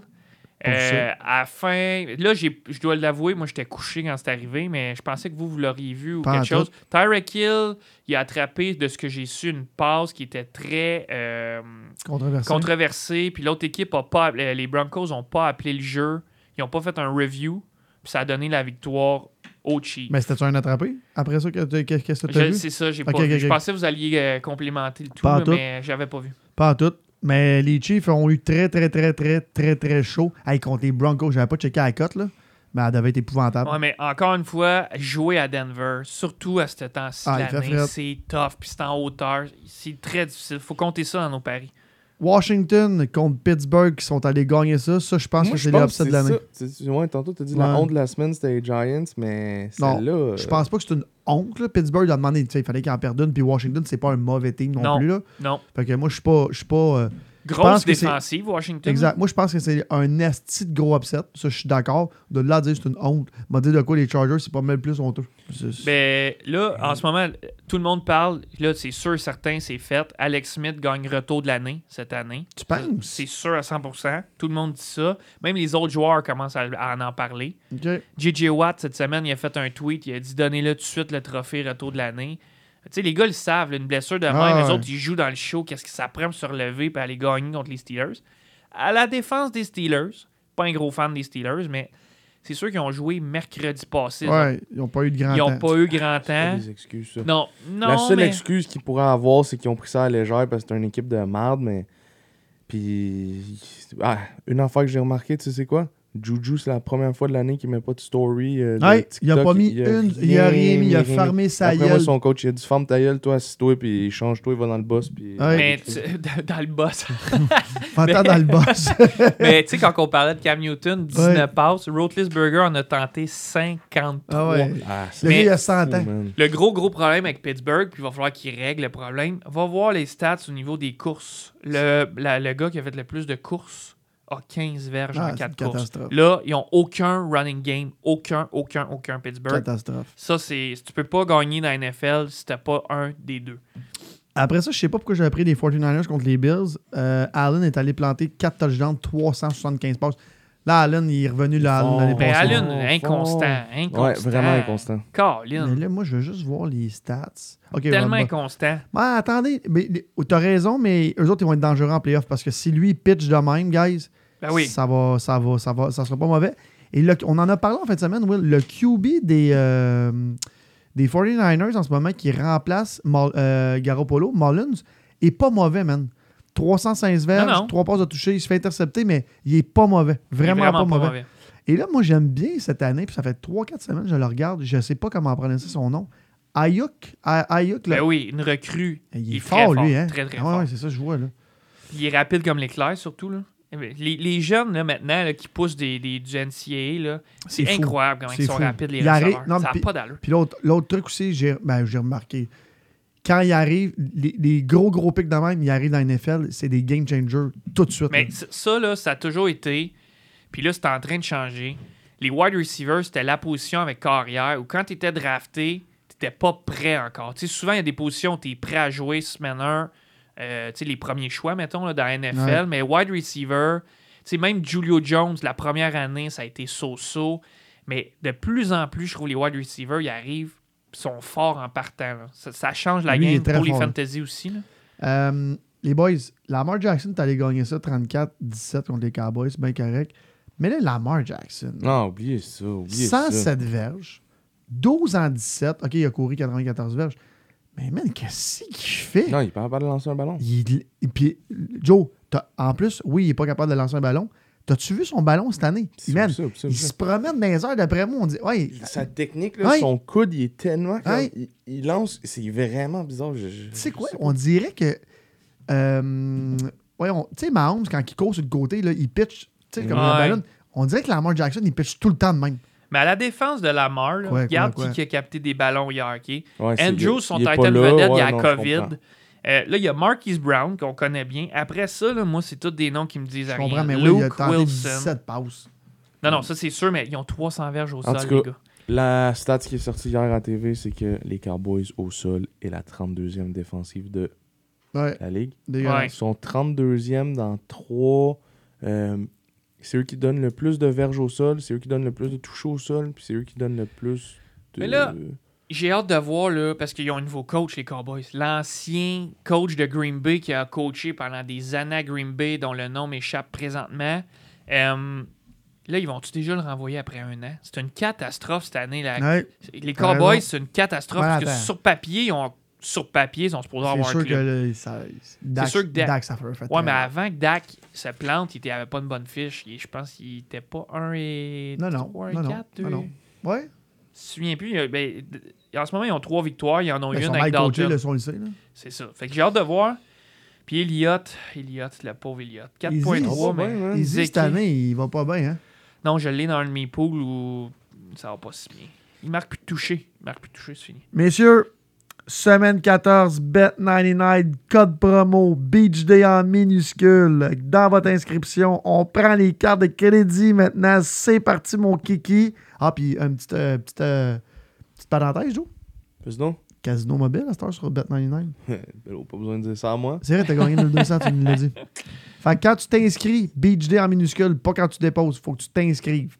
Euh, Bullshit. à la fin, là, j'ai- je dois l'avouer, moi j'étais couché quand c'est arrivé, mais je pensais que vous, vous l'auriez vu ou Pas quelque en chose. Tyreek Hill, il a attrapé, de ce que j'ai su, une passe qui était très. euh, Controversé. controversé. Puis l'autre équipe a pas. euh, Les Broncos n'ont pas appelé le jeu. Ils n'ont pas fait un review. Puis ça a donné la victoire aux Chiefs. Mais c'était-tu un attrapé? Après ça, que- que- que- qu'est-ce que t'as Je- vu? C'est ça, j'ai Ok, pas vu. ok, Je ok. pensais que vous alliez euh, complémenter le tout, Pas en là, tout. mais j'avais pas vu. Pas en tout. Mais les Chiefs ont eu très, très, très, très, très, très chaud. Hey, contre les Broncos, j'avais pas checké à la cote, là. Mais elle devait être épouvantable. Ouais, mais encore une fois, jouer à Denver, surtout à ce temps-ci de Ah, il fait l'année, fret. c'est tough. Puis c'est en hauteur. C'est très difficile. faut compter ça dans nos paris. Washington contre Pittsburgh qui sont allés gagner ça. Ça, je pense Moi, que je c'est pense l'upset de c'est l'année. ça. C'est- c'est- ouais, tantôt, t'as dit Ouais. la honte de la semaine, c'était les Giants, mais Non, celle-là... euh, Je pense pas que c'est une honte. Là. Pittsburgh a demandé, tu sais, il fallait qu'il en perde une. Puis Washington, c'est pas un mauvais team non, Non. plus. Là. Non. Fait que moi, je suis pas. Je suis pas euh, Grosse pense que c'est- défensive, Washington. exact. Moi, je pense que c'est un asti de gros upset. Ça, je suis d'accord. De là à dire que c'est une honte. M'a dit de quoi les Chargers, c'est pas mal plus honteux. C'est- c'est- Ben, là, en ce moment, tout le monde parle. Là, c'est sûr, certain, c'est fait. Alex Smith gagne retour de l'année cette année. tu penses? C'est sûr à 100%. Tout le monde dit ça. Même les autres joueurs commencent à, à en parler. Ok. JJ Watt, cette semaine, il a fait un tweet. Il a dit Donnez-le tout de suite le trophée retour de l'année. Tu sais, les gars le savent, là, une blessure de même. Ah, Les ouais. autres, ils jouent dans le show. Qu'est-ce que ça prend pour se relever et aller gagner contre les Steelers À la défense des Steelers, pas un gros fan des Steelers, mais c'est sûr qu'ils ont joué mercredi passé. Ouais, ils ont pas eu de grand Ils n'ont temps. pas eu grand c'est temps. des excuses, ça. Non, non, la seule mais... excuse qu'ils pourraient avoir, c'est qu'ils ont pris ça à la légère parce que c'est une équipe de merde, mais. Puis. Ah, une affaire que j'ai remarqué, tu sais, c'est quoi Juju, c'est la première fois de l'année qu'il met pas de story. euh, de Ouais, il a TikTok, pas mis une. Il a rien mis. Il a rien fermé sa Après moi, gueule. son coach, il a dit Ferme ta gueule, toi, assis-toi, puis change-toi, il va dans le boss. Puis... Ouais. Mais tu- dans- dans le boss. Fanta dans le boss. Mais tu sais, quand on parlait de Cam Newton, 19 Ouais. passes, Roethlisberger en a tenté 53. ah ouais. Ah, c'est Le gars, Mais- il a 100 fou, ans. man. Le gros, gros problème avec Pittsburgh, puis il va falloir qu'il règle le problème, va voir les stats au niveau des courses. Le, la- le gars qui a fait le plus de courses a 15 verges Ah, en c'est une 4 courses. catastrophe. Là, ils n'ont aucun running game, aucun, aucun, aucun Pittsburgh. Catastrophe. Ça, c'est. Tu peux pas gagner dans la NFL si t'as pas un des deux. Après ça, je sais pas pourquoi j'avais pris les 49ers contre les Bills. Euh, Allen est allé planter 4 touchdowns, 375 passes. Là, Allen, il est revenu là, Ils font- l'année Mais Bon, passée. Ben, Allen, bon, inconstant, inconstant. Ouais, vraiment inconstant. Colin, Mais là, moi, je veux juste voir les stats. Ok, tellement ouais, bah- inconstant. Ouais, attendez, mais les- t'as raison, mais eux autres, ils vont être dangereux en playoff parce que si lui il pitch de même, guys, Ben oui. ça va, ça va, ça va, ça sera pas mauvais. Et le- on en a parlé en fin de semaine, Will, le QB des, euh, des 49ers en ce moment qui remplace Mol- euh, Garoppolo, Mullins, est pas mauvais, man. 316 verges, Non, non. 3 passes de toucher, il se fait intercepter, mais il est pas mauvais. Vraiment, Il est pas, mauvais. Et là, moi, j'aime bien cette année, puis ça fait 3-4 semaines que je le regarde, je sais pas comment prononcer son nom. Ayuk, A- Ayuk, là. Ben oui, une recrue. il, est est fort, très lui, fort, hein? très, très Ah fort. Ouais, c'est ça, je vois, là. Puis Il est rapide comme l'éclair, surtout. Là. Eh ben, Les, les jeunes, là, maintenant, là, qui poussent des, des, du NCAA, là, c'est fou. incroyable comment C'est ils sont fou. rapides, les Il arrête- receveurs. non, ça puis- n'a pas d'allure. Puis l'autre l'autre truc aussi, j'ai ben, j'ai remarqué, quand il arrive, les, les gros, gros pics de même, il arrive dans la NFL, c'est des game changers tout de suite. Mais là. c- ça, là, ça a toujours été. Puis là, c'est en train de changer. Les wide receivers, c'était la position avec carrière où quand tu étais drafté, t'étais pas prêt encore. Tu sais, souvent, il y a des positions où tu es prêt à jouer semaine 1, euh, tu sais, les premiers choix, mettons, là, dans la NFL. Ouais. Mais wide receiver, tu sais, même Julio Jones, la première année, ça a été so-so. Mais de plus en plus, je trouve les wide receivers, ils arrivent, ils sont forts en partant. là. Ça, ça change la Lui, il est game très pour les fort, là. fantasy aussi. là. Euh, les boys, Lamar Jackson, t'allais gagner ça 34-17 contre les Cowboys, c'est bien correct. Mais là, Lamar Jackson, Non, oubliez ça, oubliez Ah, ça. 107 verges, 12 en 17. OK, il a couru 94 verges. Mais man, qu'est-ce qu'il fait? Non, il parle pas de lancer un ballon. Il- et puis, Joe, t'as- en plus, oui, il est pas capable de lancer un ballon. T'as-tu vu son ballon cette année? C'est Man, ça, c'est il ça. se promène dans les heures d'après moi. On dit, ouais, Il- Sa technique, là, Ouais. son coude, il est tellement. comme- Ouais. Il, il lance. C'est vraiment bizarre. je- je- tu sais quoi? je pas. On dirait que. Euh, voyons, tu sais, Mahomes, quand il court sur le côté, là, il pitch, tu sais, comme un Ouais. ballon. On dirait que Lamar Jackson, il pitch tout le temps de même. Mais à la défense de Lamar, là, Quoi, quoi, regarde qui- quoi? qui, a capté des ballons hier. ok? Ouais, c'est- Andrews, il- son il est pas titan là, vedette, il y ouais, a la non, je COVID. comprends. Euh, là, il y a Marquise Brown, qu'on connaît bien. Après ça, là, moi, c'est tous des noms qui me disent Je rien. comprends, mais oui, il a Luke tenté Wilson. 17 passes. Non, non, ça, c'est sûr, mais ils ont 300 verges au En sol, tout les cas, gars. La stat qui est sortie hier à TV, c'est que les Cowboys au sol est la 32e défensive de Ouais, la ligue. dégueulasse. Ils sont 32e dans 3. c'est eux qui donnent le plus de verges au sol, c'est eux qui donnent le plus de touches au sol, puis c'est eux qui donnent le plus de. Mais là- J'ai hâte de voir, là, parce qu'ils ont un nouveau coach, les Cowboys. L'ancien coach de Green Bay qui a coaché pendant des années à Green Bay, dont le nom m'échappe présentement. Euh, là, ils vont-tu déjà le renvoyer après un an? C'est une catastrophe cette année, la Ouais, Les T'as Cowboys, raison. c'est une catastrophe Ouais, parce attends. que sur papier, ils ont sur papier, ils sont supposés c'est avoir un sûr que club. là, ça, Dax, sûr que Dak- Dax, ça fait euh, un fait Ouais, mais mal. avant que Dak se plante, il n'avait pas une bonne fiche. Il- je pense qu'il était pas 1 et Non, non, 3 non, non, 4. non, non. Ouais, Je me souviens plus. euh, ben, d- en ce moment, ils ont trois victoires. Ils en ont mais ils une sont avec mal coachés, Dalton. le Ben, son lycée. Là. C'est ça. Fait que j'ai hâte de voir. Puis Elliott, Elliott, le pauvre Elliott. 4.3, Easy, mais... ouais, ouais. Il dit cette Zeki. année, il va pas bien. Hein? Non, je l'ai dans le mi-pool où ça va pas si bien. Il marque plus de toucher. Il marque plus de toucher, c'est fini. Messieurs, semaine 14, Bet99, code promo, Beach Day en minuscule. Dans votre inscription, on prend les cartes de crédit maintenant. C'est parti, mon kiki. Ah, puis une petite, euh, petite, euh, petite parenthèse, Joe. Parce que non, Casino mobile à cette heure sur Bet99. ben, pas besoin de dire ça à moi. C'est vrai, t'as gagné 1200, tu nous l'as dit. Fait que quand tu t'inscris, Beach Day en minuscule, pas quand tu déposes, faut que tu t'inscrives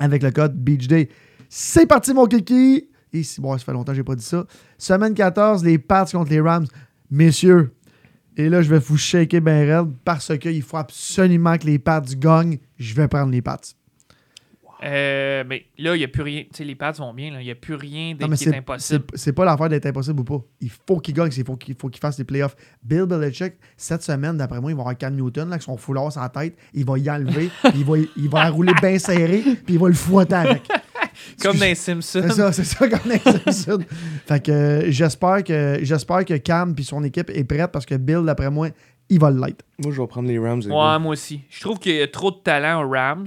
avec le code Beach Day. C'est parti, mon kiki! Et si, bon, ça fait longtemps que j'ai pas dit ça. Semaine 14, les Pats contre les Rams. Messieurs, et là, je vais vous shaker ben raide parce qu'il faut absolument que les Pats gagnent. Je vais prendre les Pats. Euh, mais là, il n'y a plus rien. Tu sais, les pads vont bien. là. Il n'y a plus rien Non, d'être mais qui est c'est- c'est impossible. c'est pas l'affaire d'être impossible ou pas. Il faut qu'ils gagnent, il faut qu'ils faut qu'ils fassent les playoffs. Bill Belichick, cette semaine, d'après moi, il va avoir Cam Newton là, avec son foulard sur la tête. Il va y enlever, il va, il va la rouler bien serré, puis il va le fouetter avec. Comme Excuse- dans les Simpsons. C'est ça, c'est ça, comme dans les Simpsons. Fait que euh, j'espère que, j'espère que Cam puis son équipe est prête parce que Bill, d'après moi, il va l'être. Moi, je vais prendre les Rams. les Ouais, moi aussi. Je trouve qu'il y a trop de talent aux Rams.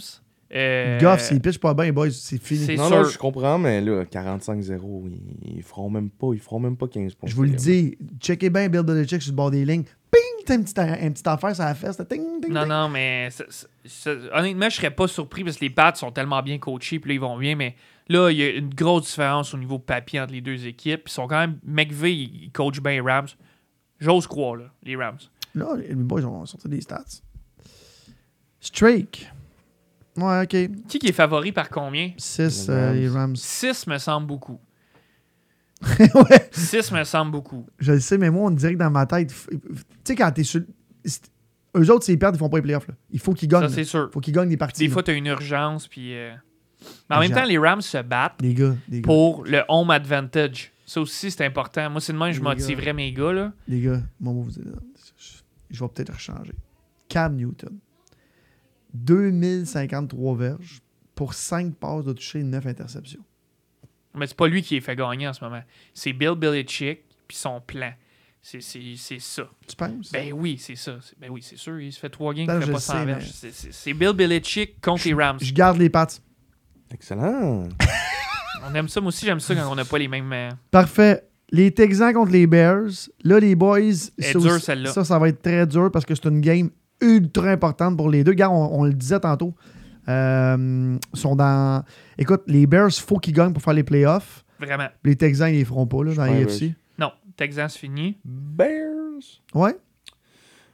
Euh, Goff, s'il pitch pas bien, boys, c'est c'est- fini. Non, sûr. non, je comprends, mais là, 45-0, ils, ils feront même pas, ils feront même pas 15 points. Je vous le dis, checkez bien Bill Belichick sur le bord des lignes. Ping! T'as une petite, une petite affaire sur la fesse. là. Ting, ting, Non, ting. non, mais ça- ça- ça- honnêtement, je serais pas surpris parce que les pads sont tellement bien coachés puis là, ils vont bien. Mais là, il y a une grosse différence au niveau papier entre les deux équipes. Ils sont quand même. McVay, il il coach bien les Rams. J'ose croire, là, les Rams. Là, les boys ont sorti des stats. Strake. Ouais, OK. euh, Qui, qui est favori par combien 6, Les les Rams. 6 me semble beaucoup. ouais, 6 me semble beaucoup. je le sais, mais moi, on dirait que dans ma tête... f- f- Tu sais, quand t'es sur... c'est- Eux autres, s'ils perdent, ils font pas les playoffs. Là. Il faut qu'ils Ça, gagnent. c'est Il sûr. faut qu'ils gagnent des parties. Des là. fois, tu as une urgence. Puis, euh, Mais en J'ai même temps, les Rams se battent Les gars, les gars, pour le home advantage. Ça aussi, c'est important. Moi, c'est de même que je Les gars. motiverais mes gars. Là. les gars, moi, moi, vous... je- je vais peut-être rechanger. Cam Newton. 2053 verges, pour 5 passes de toucher et 9 interceptions. Mais c'est pas lui qui est fait gagner en ce moment. C'est Bill Belichick puis son plan. C'est c'est- c'est ça. Tu penses? Ben oui, c'est ça. C'est- Ben oui, c'est sûr. Il se fait trois games, Ben, il je fait pas le 100 sais, mais- verges. C'est- C'est c'est Bill Belichick contre les Rams. Je garde les pattes. Excellent. On aime ça. Moi aussi, j'aime ça quand on n'a pas les mêmes. euh, Parfait. Les Texans contre les Bears. Là, les boys. Elle est ça dure, aussi- celle-là. Ça, ça va être très dur parce que c'est une game ultra importante pour les deux. Regarde, on, on le disait tantôt. Euh, sont dans. Écoute, les Bears, faut qu'ils gagnent pour faire les playoffs. Vraiment. Les Texans, ils les feront pas là, dans Je les pense, AFC. Non, Texans fini. Bears. Ouais.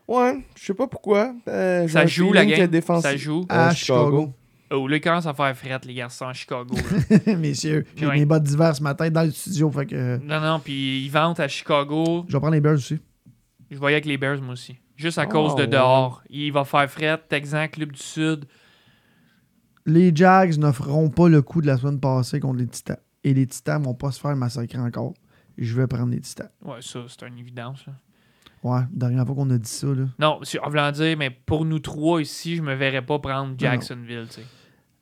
Ouais, je sais pas pourquoi. Euh, j'ai Ça un joue la feeling que game. défense- Ça joue. Euh, À Chicago. Chicago. Oh, là, ils commencent à faire frette, les garçons, à Chicago. là. Messieurs, j'ai Ouais. mes bottes d'hiver ce matin dans le studio. Fait que euh, non, non, puis ils vantent à Chicago. je vais prendre les Bears aussi. Je voyais avec les Bears, moi aussi. Juste à Oh, cause de ouais. dehors. Il va faire frette. Texans, Club du Sud. Les Jags ne feront pas le coup de la semaine passée contre les Titans. Et les Titans vont pas se faire massacrer encore. Je vais prendre les Titans. Ouais, ça, c'est une évidence. là. Ouais, dernière fois qu'on a dit ça, là. Non, c'est- en voulant dire, mais pour nous trois ici, je me verrais pas prendre Jacksonville, tu sais.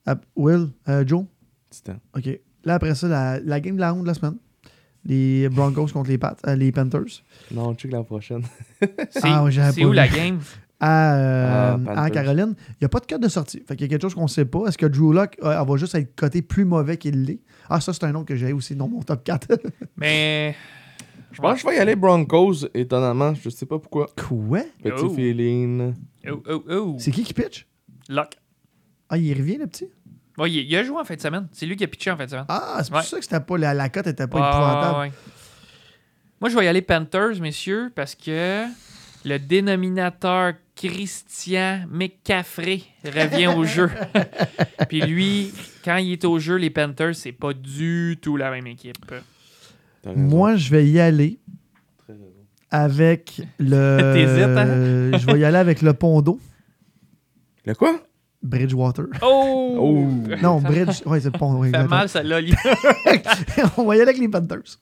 Ah, Will, euh, Joe, Titan. OK. Là, après ça, la, la game de la honte de la semaine. Les Broncos contre les, Pats, euh, les Panthers. Non, check la prochaine. C'est Ah, ouais, j'avais c'est pas où vu. la game? À, euh, Ah, Panthers. en Caroline, il n'y a pas de code de sortie. Fait qu'il y a quelque chose qu'on ne sait pas. Est-ce que Drew Locke euh, elle va juste être coté plus mauvais qu'il l'est? Ah, ça, c'est un nom que j'ai aussi dans mon top 4. Mais. Je pense que Ah, je vais y aller Broncos, étonnamment. Je sais pas pourquoi. Quoi? Petit Oh. feeling. Oh, oh, oh. C'est qui qui pitch? Luck. Ah, il revient, le petit? Ouais, il, il a joué en fin de semaine. C'est lui qui a pitché en fin de semaine. Ah, c'est pour Ouais. Ah, ça que c'était pas, la, la cote n'était pas Ouais, épouvantable. ouais, ouais. Moi, je vais y aller Panthers, messieurs, parce que le dénominateur Christian McCaffrey revient au jeu. Puis lui, quand il est au jeu, les Panthers, c'est pas du tout la même équipe. T'as raison, Moi, je vais y aller très raison. avec le... T'hésites, hein? Euh, je vais y aller avec le Pondo, Le quoi? Bridgewater. Oh! Oh. Non, Bridge. Ouais, c'est le pont. ouais, Fait exactement. mal, celle-là, Lina. On va y aller avec les Panthers.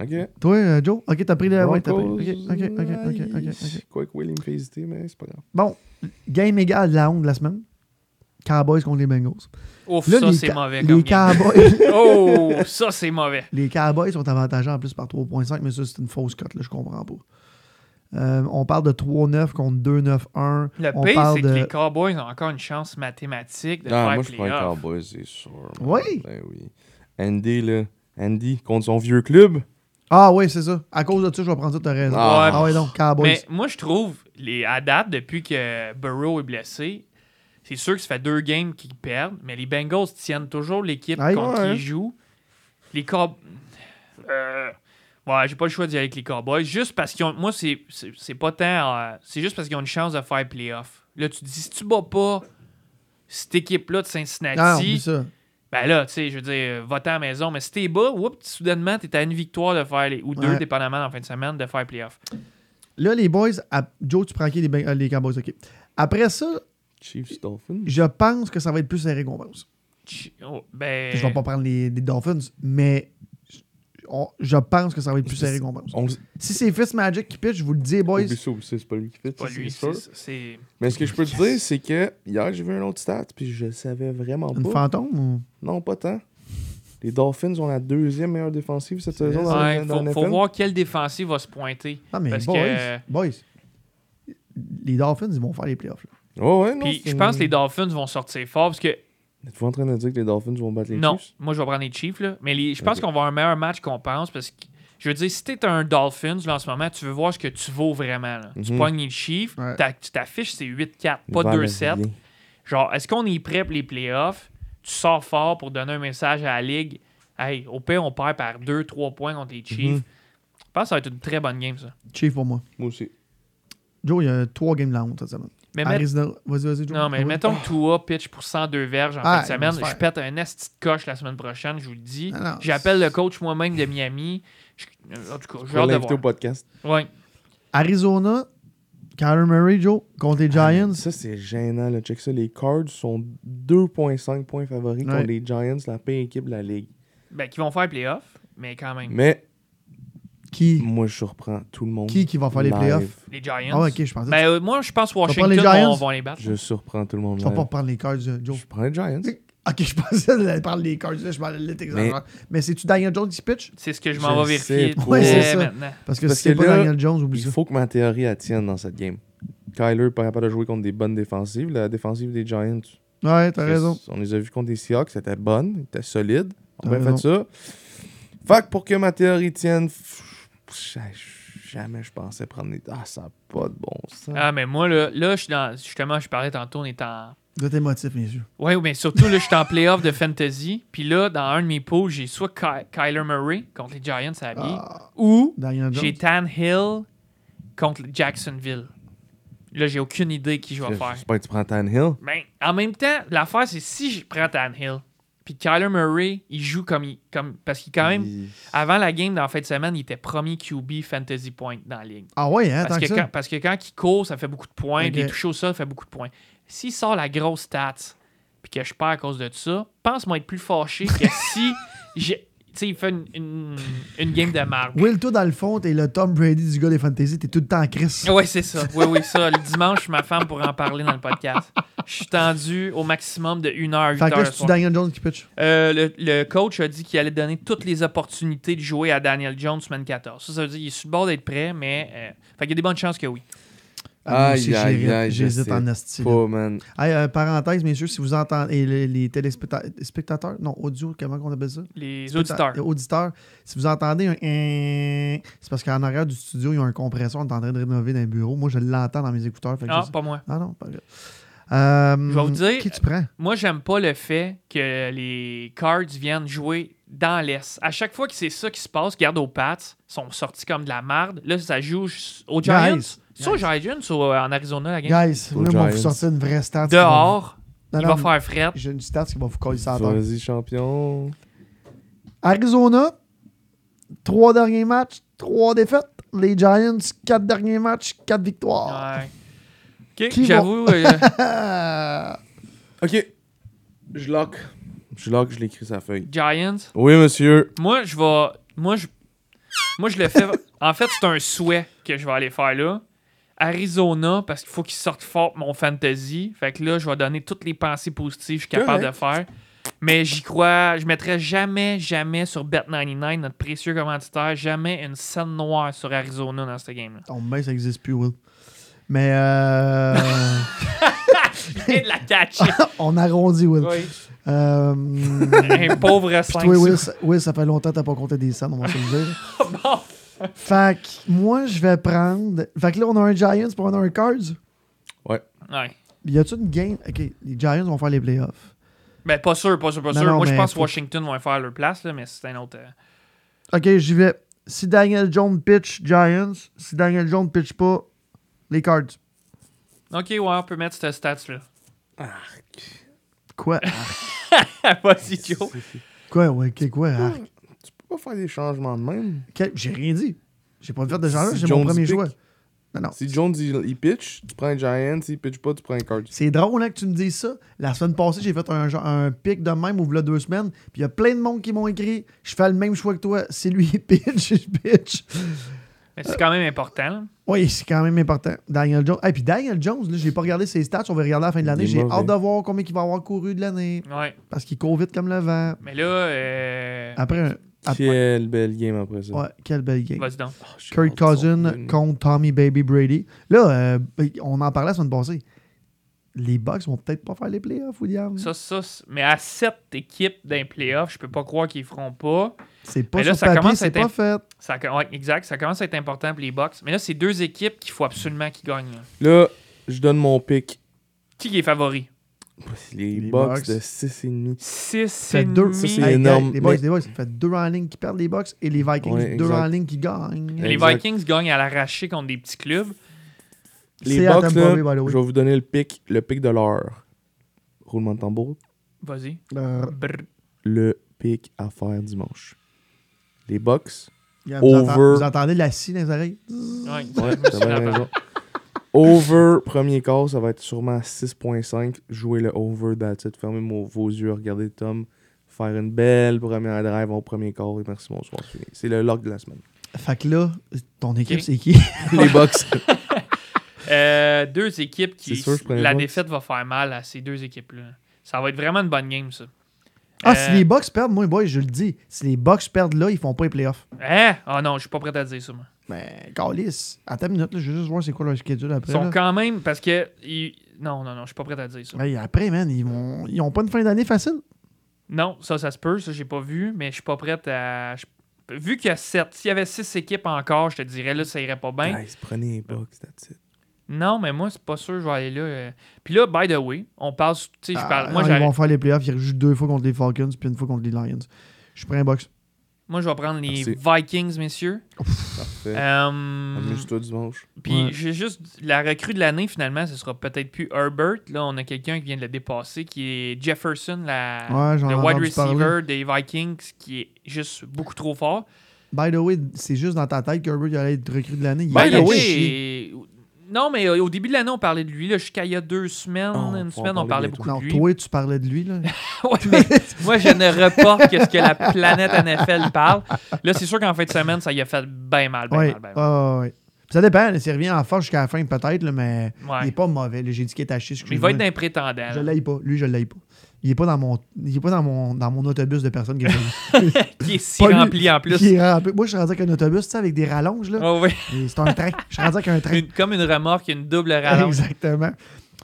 Ok. Toi, euh, Joe, ok, t'as pris le. Ouais, t'as pris. Broncos, Ok, ok, ok, ok, ok, ok. aïe. Quoi que Will il me fait hésiter, mais c'est pas grave. Bon, game égale de la honte de la semaine. Cowboys contre les Bengals. Ouf, Là, Oh, ça, les c'est ca- mauvais. Les comme game. Cowboys, Oh, ça, c'est mauvais. les Cowboys sont avantagés en plus par 3.5, mais ça, c'est une fausse cote, là, je comprends pas. Euh, on parle de 3-9 contre 2-9-1. Le on pire, parle c'est de... que les Cowboys ont encore une chance mathématique de Ah, faire moi, je prends les playoff. Cowboys, c'est sûr. Oui. Ben oui. Andy, là. Andy, contre son vieux club. Ah oui, c'est ça. À cause de ça, je vais prendre ça, t'as raison. Ah. Ah ouais, donc, Cowboys. Mais moi, je trouve, les, à date, depuis que Burrow est blessé, c'est sûr que ça fait deux games qu'ils perdent, mais les Bengals tiennent toujours l'équipe Ouais, hein. contre ouais. qui ils jouent. Les Cowboys. ouais, j'ai pas le choix d'y aller avec les Cowboys. Juste parce qu'ils ont. Moi, c'est c'est- c'est pas tant. euh, c'est juste parce qu'ils ont une chance de faire playoff. Là, tu te dis, si tu bats pas cette équipe-là de Ah, oublie Cincinnati, ça. ben là, tu sais, je veux dire, va-t'en à la maison. Mais si t'es bas, oups, soudainement, t'es à une victoire de faire les. ou deux, Ouais. dépendamment, en fin de semaine, de faire playoff. Là, les boys, à- Joe, tu prends qui les, Ben- euh, les Cowboys, ok. Après ça, Chiefs Dolphins. Je pense que ça va être plus serré qu'on pense. Chi- oh, ben... Je vais pas prendre les, les Dolphins, mais je- on- je pense que ça va être plus serré qu'on pense. On le sait, Si c'est Fist Magic qui pitch, je vous le dis, boys. oublie ça, oublie ça, c'est pas lui qui fait. Pas ça, lui, c'est sûr. c'est- c'est. Mais ce que je peux te dire, c'est que hier, j'ai vu un autre stat, puis je savais vraiment Une pas. fantôme ou- Non, pas tant. Les Dolphins ont la deuxième meilleure défensive cette saison dans, Ouais, le- dans faut, le faut NFL. voir quel défensif va se pointer. Non, Ah, Ah, mais Parce boys, que- euh, boys. Les Dolphins, ils vont faire les playoffs. là. Ouais, ouais, non. Puis c'est- je pense que les Dolphins vont sortir fort parce que. Êtes-vous en train de dire que les Dolphins vont battre les non, Chiefs? moi je vais prendre les Chiefs, là. Mais les- je pense Ok. qu'on va avoir un meilleur match qu'on pense parce que. Je veux dire, si t'es un Dolphins là, en ce moment, tu veux voir ce que tu vaux vraiment. là. Tu Mhm. pognes les Chiefs, Ouais. t'as- tu t'affiches, c'est 8-4, pas Vers le 2-7. lien. Genre, est-ce qu'on est prêt pour les playoffs? Tu sors fort pour donner un message à la Ligue. Hey, au pire, on perd par 2-3 points contre les Chiefs. Mhm. Je pense que ça va être une très bonne game, ça. Chief pour moi. Moi aussi. Joe, il y a trois games de la honte cette semaine. Mais met- Arizona. Vas-y, vas-y, Joe. Non, mais Vas-y. mettons que Tua pitch pour 102 verges en Ah, fin ils de vont se semaine. faire. Je pète un esti de coche la semaine prochaine, je vous le dis. Ah, non, J'appelle le coach moi-même de Miami. Je- En tout cas, j'ai Pour hâte de l'inviter au voir. podcast. Ouais. Arizona, Kyler Murray, Joe, contre les Giants. Ça, c'est gênant, là. Check ça. Les Cards sont 2,5 points favoris Ouais. contre les Giants, la pire équipe de la ligue. Ben, qui vont faire playoff, mais quand même. Mais Qui, Moi, je reprends tout le monde. qui, qui va faire les live. playoffs? Les Giants. Ah, ok, je pensais. Ben, euh, moi, je pense prendre les Washington Giants? vont, vont les battre. Je surprends tout le monde. je vais live. pas reprendre les cards, euh, Joe. Je prends les Giants. Ok, je pensais de parler des cards, là, je m'en allais t'exagérer. Mais, c'est-tu Daniel Jones qui pitch? C'est ce que je m'en Je vais sais vérifier pas. Ouais, c'est dès ça. maintenant. Parce que Parce si c'est que pas là, Daniel Jones, oublie Il ça. faut que ma théorie elle tienne dans cette game. Kyler pas capable de jouer contre des bonnes défensives. La défensive des Giants, Ouais, t'as raison. on les a vus contre des Seahawks, c'était bonne, c'était solide. On T'as a bien fait ça. Fait que pour que ma théorie tienne, pff, je- jamais je pensais prendre les. Ah, ça n'a pas de bon sens. Ah, mais moi, là, là je suis dans... justement, je parlais tantôt, on est en. Vous êtes émotif, messieurs. Oui, mais surtout, là, je suis en playoff de fantasy. Puis là, dans un de mes pools, j'ai soit Ky- Kyler Murray contre les Giants à la bille, Ah, ou Daniel Jones. j'ai Tan Hill contre Jacksonville. Là, j'ai aucune idée qui je vais faire. J'espère que tu prends Tannehill. Mais en même temps, l'affaire, c'est si je prends Tan Hill, puis Kyler Murray, il joue comme il. Comme, parce qu'il, quand même, Il- avant la game, dans la fin de semaine, il était premier QB fantasy point dans la ligue. Ah ouais, hein, tant Parce que, que quand, ça. parce que quand il court, ça fait beaucoup de points. Ok. puis Les toucher au sol, ça fait beaucoup de points. S'il sort la grosse stats, puis que je perds à cause de ça, pense-moi être plus fâché que si j'ai. Tu sais, il fait une, une, une game de marbre. Will, toi, dans le fond, t'es le Tom Brady du gars des fantasy, t'es tout le temps en crise. Ouais, c'est ça. Oui, oui, ça. Le dimanche, ma femme pourra en parler dans le podcast. Je suis tendu au maximum de 1 heure, 8 Fait que heures. là, le c'est-tu soir. Daniel Jones qui pitch? Euh, le, le coach a dit qu'il allait donner toutes les opportunités de jouer à Daniel Jones semaine 14. Ça, ça veut dire qu'il est sur le bord d'être prêt, mais. euh, fait qu'il y a des bonnes chances que oui. Ah, moi Aïe, aussi, aïe, j'hésite- aïe, je J'hésite sais en asti. là. Pas, man. Hey, euh, parenthèse, messieurs, si vous entendez et les, les téléspectateurs, spectateurs, non, audio, comment on appelle ça? Les auditeurs. Les auditeurs, si vous entendez un euh, c'est parce qu'en arrière du studio, il y a un compresseur, on est en train de rénover dans les bureaux. Moi, je l'entends dans mes écouteurs. Fait que Ah, je sais- pas moi. ah non, pas grave. Euh, Je vais vous dire- euh, Qui tu prends? Moi, j'aime pas le fait que les Cards viennent jouer dans l'Est. À chaque fois que c'est ça qui se passe, garde aux Pats, ils sont sortis comme de la marde. Là, ça joue s- aux Giants. Guys. C'est aux Giants ou euh, en Arizona, la game? Guys, Aux là, moi, on va vous Giants. sortir une vraie stat. qui va vous- Dehors, Non, il non, va faire fret. J'ai une stat qui va vous coller ça à terre. Vas-y, champion. Arizona, trois derniers matchs, trois défaites. Les Giants, quatre derniers matchs, quatre victoires. Ouais. Ok, Qui j'avoue, euh, Euh, Ok. Je lock. Je lock, je l'écris sa feuille. Giants. Oui, monsieur. Moi, je vais. Moi, je. Moi, je le fais. en fait, c'est un souhait que je vais aller faire là. Arizona, parce qu'il faut qu'il sorte fort mon fantasy. Fait que là, je vais donner toutes les pensées positives que je suis capable de faire. Mais j'y crois. Je mettrai jamais, jamais sur Bet99, notre précieux commanditaire, jamais une scène noire sur Arizona dans cette game-là. Ton mail, ça n'existe plus, Will. Mais euh, Je viens de la catcher. on arrondit, Will. Oui. Euh, Un pauvre Puis 5 toi, Will, ça, Will, ça fait longtemps que t'as pas compté des cents, on va se le dire. Fait que moi, je vais prendre. Fait que là, on a un Giants pour on a un Cards. Ouais. Y a-tu une game? Ok, les Giants vont faire les playoffs. Ben, pas sûr, pas sûr, pas Non, sûr. non, Moi, je mais pense que faut- Washington vont faire leur place, là, mais c'est un autre. euh, Ok, j'y vais. Si Daniel Jones pitch, Giants. Si Daniel Jones pitch pas, les Cards. Ok, ouais, on peut mettre cette stats-là. Quoi? Ah, Vas-y, Joe. Quoi? Ouais, ok, quoi? Ah, Tu peux pas faire des changements de même. quel- J'ai rien dit. J'ai pas de faire de genre là, Si j'ai mon Jones premier pick. choix. Non, non. Si Jones il, il pitch, tu prends un Giant. S'il pitch pas, tu prends un Card. C'est drôle hein, que tu me dises ça. La semaine passée, j'ai fait un, genre- un pic de même, ou là deux semaines, puis il y a plein de monde qui m'ont écrit Je fais le même choix que toi, c'est lui, pitch, je pitch. Mais c'est quand même important. là. Oui, c'est quand même important. Daniel Jones. Et puis Daniel Jones, là, j'ai pas regardé ses stats, on va regarder à la fin de l'année. Il est J'ai mauvais. hâte de voir combien il va avoir couru de l'année, Ouais. parce qu'il court vite comme le vent. Mais là, euh... Après, un- après- Quelle belle game après ça. Ah, ouais, quelle belle game. vas-y donc. Ah, j'ai Kurt hâte de son Cousin win. contre Tommy Baby Brady. Là, euh, on en parlait la semaine passée. Les Bucks vont peut-être pas faire les playoffs, William. Ça, ça, c'est- mais à sept équipes d'un playoff, je peux pas croire qu'ils feront pas. C'est pas Mais là, sur ça papier, commence à c'est être pas fait. Ça, ouais, exact, ça commence à être important pour les Bucks. Mais là, c'est deux équipes qu'il faut absolument qu'ils gagnent. là. Là, je donne mon pick. Qui est favori? Les, Les box Bucks. de 6,5. 6 fait et deux. demi. Ça, c'est Hey, énorme, hey, Les boys, mais- les boys, ça fait deux en ligne qui perdent les box et les Vikings, Ouais, deux exact. en ligne qui gagnent. Les Exact. Vikings gagnent à l'arraché contre des petits clubs. Les C'est à Bucks, Tampa là, Bay, by the way. je vais vous donner le pick, le pick de l'heure. Roulement de tambour. Vas-y. Euh, Brr. Le pick à faire dimanche. Les Bucks. regarde, vous, Over. entendez, vous entendez la scie dans les oreilles? Ouais, Ouais, je me suis t'as bien rappelé. raison. Over, premier quart, ça va être sûrement 6.5. Jouez le over, that's it. Fermez mo- vos yeux, regardez Tom faire une belle première drive au premier quart et merci, bonsoir. c'est fini. C'est le lock de la semaine. Fait que là, ton équipe, Ok. c'est qui? les box. Euh, deux équipes qui. C'est sûr, je prends les la Bucks. défaite va faire mal à ces deux équipes-là. Ça va être vraiment une bonne game, ça. Ah, Euh, si les Bucks perdent, moi, boy, je le dis. Si les Bucks perdent là, ils font pas les playoffs. Hein? Ah non, je suis pas prêt à dire ça, moi. Mais, Calis, attends une minute, là, je veux juste voir c'est quoi leur schedule Ils après. sont là. quand même. Parce que. ils- Non, non, non, je suis pas prêt à dire ça. Ouais, après, man, ils vont ils ont pas une fin d'année facile. Non, ça, ça se peut. Ça, j'ai pas vu, mais je suis pas prête à. je- Vu qu'il y a 7, s'il y avait 6 équipes encore, je te dirais, là, ça irait pas bien. Guys, prenez les box, that's it. Non, mais moi, c'est pas sûr, je vais aller là. euh. Puis là, by the way, on passe. Tu sais, je parle. Ah, moi, non, ils j'arrête- vont faire les playoffs, ils jouent deux fois contre les Falcons puis une fois contre les Lions. Je prends un Bucks. moi, je vais prendre les Merci. Vikings, messieurs. Parfait. Euh, Amuse-toi dimanche. Puis Ouais. j'ai juste la recrue de l'année finalement, ce sera peut-être plus Herbert. Là, on a quelqu'un qui vient de le dépasser, qui est Jefferson, la, Ouais, j'en ai Euh, le wide entendu receiver parler. des Vikings, qui est juste beaucoup trop fort. By the way, c'est juste dans ta tête qu'Herbert il allait être recruté de l'année. Il Ben, By allait the way, chier. Et- Non, mais euh, au début de l'année, on parlait de lui. là, Jusqu'à il y a deux semaines, Oh, une faut en semaine, on parler parlait bientôt. beaucoup Non, de lui. toi, tu parlais de lui. Là. Ouais, mais moi, je ne reporte que ce que la planète NFL parle. Là, c'est sûr qu'en fin de semaine, ça y a fait bien mal, bien ouais, mal, bien mal. ah, ouais. Puis Ça dépend, là, s'il revient en force jusqu'à la fin, peut-être, là, mais Ouais. il est pas mauvais. là. J'ai dit qu'il est haché. Mais il va être d'un prétendant. Je l'aille pas. Lui, je l'aille pas. Il est pas dans mon, il est pas dans mon, dans mon autobus de personnes qui Qui est si Pas lui. rempli en plus. qui est rempli. Moi, je suis rendu avec un autobus, tu sais, avec des rallonges, là. Oh, oui. Et C'est un train. Je suis rendu avec un train. Une- comme une remorque, une double rallonge. Exactement.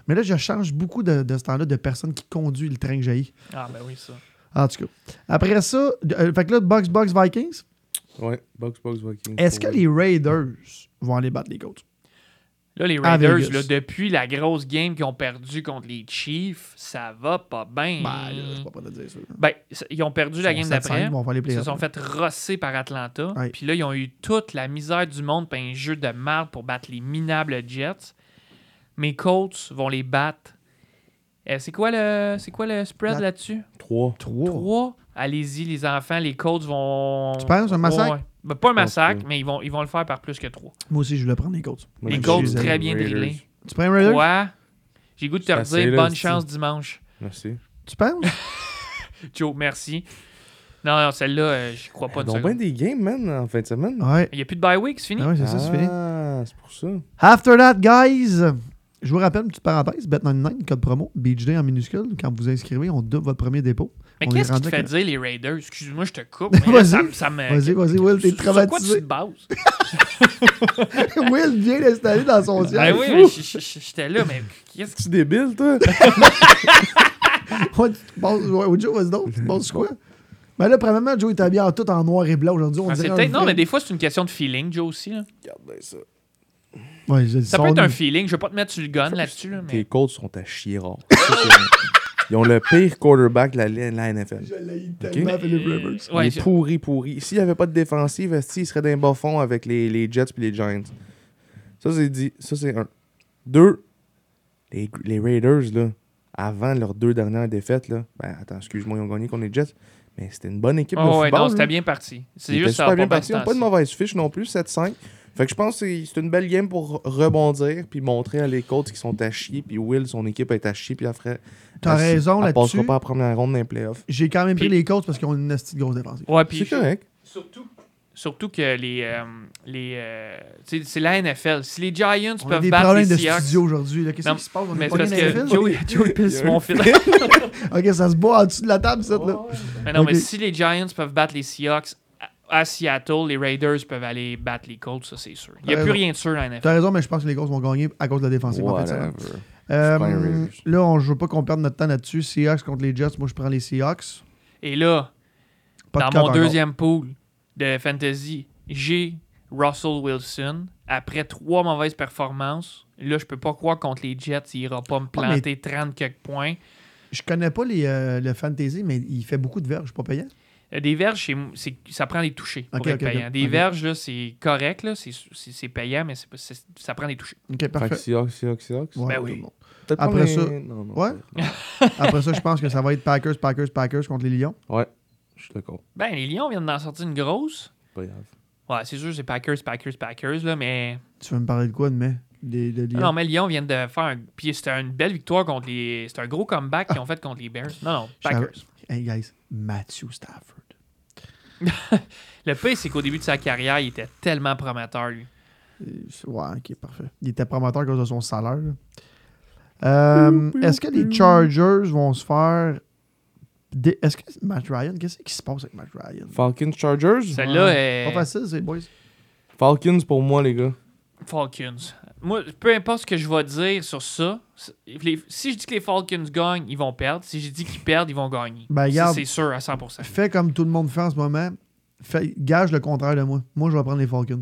Mais là, je change beaucoup de, de ce temps-là de personnes qui conduisent le train que j'ai. Ah, ben oui, ça. En tout cas. Après ça, euh, fait que là, Box Box Vikings. Ouais, box, box, Vikings. Est-ce que pour les Raiders vont aller battre les Colts? Là, les À Raiders, Ah, Vegas. là, depuis la grosse game qu'ils ont perdu contre les Chiefs, ça va pas bien. Ben, là, je peux pas te dire ça. Ben, c- ils ont perdu Hmm. la Ils game sont 7-5, d'après. Ils vont faire les Ils se playoffs. sont fait rosser par Atlanta. Ouais. Puis là, ils ont eu toute la misère du monde puis un jeu de merde pour battre les minables Jets. Mes Colts vont les battre. Euh, c'est quoi le c'est quoi le spread La- là-dessus? Trois. Trois. Trois. Allez-y, les enfants. Les Colts vont... Oh. Tu penses un massacre? Ouais. Ben, pas un massacre, que- mais ils vont, ils vont le faire par plus que trois. Moi aussi, je voulais prendre les Colts. Moi, les je Colts suis les très avec bien Raiders. drillés. Tu prends un Raiders? Ouais. J'ai goût de te C'est assez, redire là, bonne c'est- chance dimanche. Merci. Tu penses? Joe, merci. Non, non, celle-là, euh, je crois pas Ils une ont seconde. bien des games, man, en fin de semaine. ouais. Il n'y a plus de bye week, c'est fini? Ah ouais, Ah, c'est ça, c'est fini. Ah, c'est pour ça. After that, guys, je vous rappelle une petite parenthèse, Bet99, code promo, Beach Day en minuscule. Quand vous vous inscrivez, on double votre premier dépôt. Mais On qu'est-ce est qui te rendu fait à- dire les Raiders? Excuse-moi, je te coupe. mais là, Vas-y. ça, me- ça me... Vas-y, vas-y, Will, t'es Sur- sur quoi tu te traumatisé. bases? Will vient d'installer dans son Ben siège. oui, mais j- j- j- j'étais là, mais qu'est-ce qui... Tu débile, toi? Ouais, tu te penses- ouais, Ojo, vas-y donc, tu te penses quoi? Mais là, premièrement, Joe est habillé en tout en noir et blanc aujourd'hui. On Ah, dirait c'est un peut-être- Non, vrai- mais des fois, c'est une question de feeling, Joe, aussi. là. Regarde bien ça. Ouais, je- Ça son- peut être un feeling. Je vais pas te mettre sur le gun là-dessus, là, Tes mais... Colts sont à chier rare. Ça, c'est- Ils ont le pire quarterback de la, la NFL. Je l'ai tellement, Ok. Philip Rivers. Ouais, il je- est pourri, pourri. S'il n'y avait pas de défensive, esti, il serait d'un bas fond avec les, les Jets puis les Giants. Ça, c'est dit. Ça, c'est un. Deux, les, les Raiders, là, avant leurs deux dernières défaites, là, ben, attends, excuse-moi, ils ont gagné contre les Jets, mais c'était une bonne équipe de Oh, ouais, football. non, c'était là. bien parti. C'est Ils juste étaient ça super va bien pas partis. Ils n'ont pas de mauvaise fiche non plus, 7-5. Fait que je pense que c'est- c'est une belle game pour rebondir puis montrer à les Colts qui sont à chier, puis Will, son équipe est à chier, puis après. T'as elle- raison Elle passera là-dessus. pas la première ronde d'un playoff. J'ai quand même pris Puis- les Colts parce qu'ils ont une petite grosse défensive. Ouais, puis C'est correct. Surtout. Surtout que les. euh, les euh, tu sais, c'est la NFL. Si les Giants On a peuvent des battre les problèmes de Seahawks. studio aujourd'hui. là. Qu'est-ce Non, qui se passe? On mais est c'est pas parce bien dans que la file. Joe, Joe pisse mon fil. Ok, ça se boit en dessous de la table, ça. Là. Mais non, mais Ok. si les Giants peuvent battre les Seahawks à, à Seattle, les Raiders peuvent aller battre les Colts, ça c'est sûr. Il n'y a T'as plus raison. rien de sûr dans la NFL. T'as raison, mais je pense que les Colts vont gagner à cause de la défensive. en Ah, fait, ça. Whatever. Euh, Je prends les Raiders. là, on, je veux pas qu'on perde notre temps là-dessus. Seahawks contre les Jets, moi je prends les Seahawks. Et là, Pas de dans cap mon encore. deuxième pool de fantasy, j'ai Russell Wilson. Après trois mauvaises performances, là, je peux pas croire contre les Jets, il ira pas me Ah, mais- planter 30 quelques points. Je connais pas les, euh, le fantasy, mais il fait beaucoup de verges, pas payant. Euh, Des verges, c'est- c'est- ça prend des touchés pour Ok, être ok, ok. payant. Des Ok. verges, là, c'est correct, là, c'est- c'est c'est payant, mais c'est pas- c'est- ça prend des touchés. Ok, Fait que parfait. Seahawks, Seahawks, Seahawks. Ouais, Ben tout oui. le monde. Peut-être Après pas les- ça- Non, non, Ouais? peut-être pas. Après ça, je pense que ça va être Packers, Packers, Packers contre les Lions. Ouais, je suis d'accord. Ben, les Lions viennent d'en sortir une grosse. Pas grave. Ouais, c'est sûr, c'est Packers, Packers, Packers, là, mais. Tu veux me parler de quoi de mai Des, de Non, Lions. Non, mais Lyon vient de faire un. Puis c'était une belle victoire contre les. C'était un gros comeback qu'ils ont fait contre les Bears. Non, non, Je savais- Packers. Hey guys, Matthew Stafford. Le pire, c'est qu'au début de sa carrière, il était tellement prometteur, lui. Euh, Ouais, ok, parfait. Il était promoteur à cause de son salaire. là. Euh, Est-ce que les Chargers vont se faire. dé- Est-ce que Matt Ryan, qu'est-ce qui se passe avec Matt Ryan? Falcons Chargers Celle-là Pas est facile, c'est boys. Falcons pour moi, les gars. Falcons. Moi, peu importe ce que je vais dire sur ça, c'est- les- si je dis que les Falcons gagnent, ils vont perdre. Si je dis qu'ils perdent, ils vont gagner. Ben, Ça, regarde. c'est sûr à 100%. Fais comme tout le monde fait en ce moment. Fais- gage le contraire de moi. Moi, je vais prendre les Falcons.